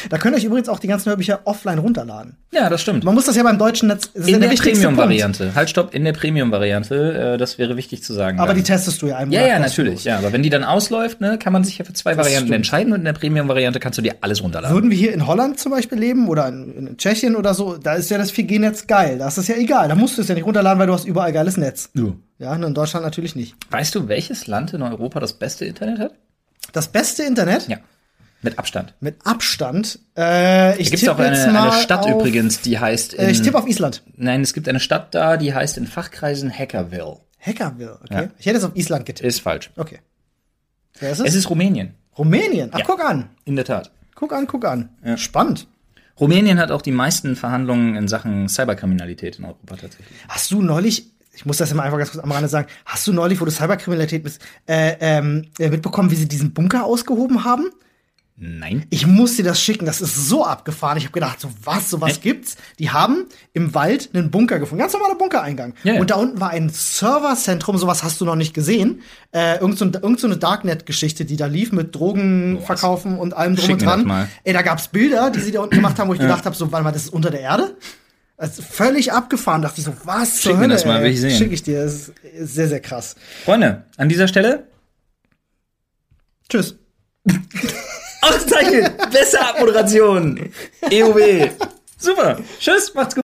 S1: da könnt ihr euch übrigens auch die ganzen Hörbücher offline runterladen.
S2: Ja, das stimmt.
S1: Man muss das ja beim deutschen Netz. Das ist ja
S2: In der,
S1: wichtigste Punkt.
S2: Premium-Variante. Halt, stopp, in der Premium-Variante. Äh, das wäre wichtig zu sagen.
S1: Aber
S2: dann.
S1: die testest du ja einmal.
S2: ja, ja, natürlich. Ja, aber wenn die dann ausläuft, ne, kann man sich ja für zwei Varianten entscheiden und in der Premium-Variante kannst du dir alles runterladen.
S1: Würden wir hier in Holland zum Beispiel leben oder in, in Tschechien oder so, da ist ja das 4G-Netz geil. Da ist es ja egal. Da musst du es ja nicht runterladen, weil du hast überall geiles Netz. Ja, und in Deutschland natürlich nicht.
S2: Weißt du, welches Land in Europa das beste Internet hat?
S1: Das beste Internet
S2: Ja. Mit Abstand.
S1: mit Abstand. Äh, ich
S2: Gibt es
S1: tippe
S2: auch eine,
S1: jetzt mal
S2: eine Stadt
S1: auf,
S2: übrigens, Mhm. die heißt in,
S1: Äh, ich tippe auf Island.
S2: Nein, es gibt eine Stadt da, die heißt in Fachkreisen Hackerville.
S1: Hackerville, okay. Ich hätte es auf Island getippt.
S2: Ist falsch.
S1: Okay. Wer ist es?
S2: Äh. Es ist Rumänien.
S1: Rumänien. Ach, guck an.
S2: In der Tat.
S1: Guck an, guck an. Spannend.
S2: Rumänien hat auch die meisten Verhandlungen in Sachen Cyberkriminalität in Europa tatsächlich.
S1: Hast du neulich, ich muss das immer einfach ganz kurz am Rande sagen, hast du neulich, wo du Cyberkriminalität bist, äh, ähm, äh, mitbekommen, wie sie diesen Bunker ausgehoben haben?
S2: Nein.
S1: Ich muss dir das schicken, das ist so abgefahren. Ich habe gedacht, so was, so was
S2: Hä?
S1: gibt's? Die haben im Wald einen Bunker gefunden, ganz normaler Bunkereingang.
S2: Ja, ja.
S1: Und da unten war ein Serverzentrum, sowas hast du noch nicht gesehen. Äh, irgend so, ein, irgend so eine Darknet-Geschichte, die da lief mit Drogen
S2: Boah,
S1: verkaufen und allem drum
S2: Schick
S1: und
S2: mir das
S1: dran.
S2: mal.
S1: Ey, da gab's Bilder, die sie da unten gemacht haben, wo ich gedacht habe, so, warte mal, das ist unter der Erde? Also völlig abgefahren, dachte ich so, was zur
S2: Schick mir
S1: Hölle,
S2: das mal,
S1: ey?
S2: will ich sehen.
S1: Schick ich dir, das ist ist sehr, sehr krass.
S2: Freunde, an dieser Stelle
S1: Tschüss.
S2: E ausgezeichnet. Bessere Abmoderation. EOB. Super. Tschüss, macht's gut.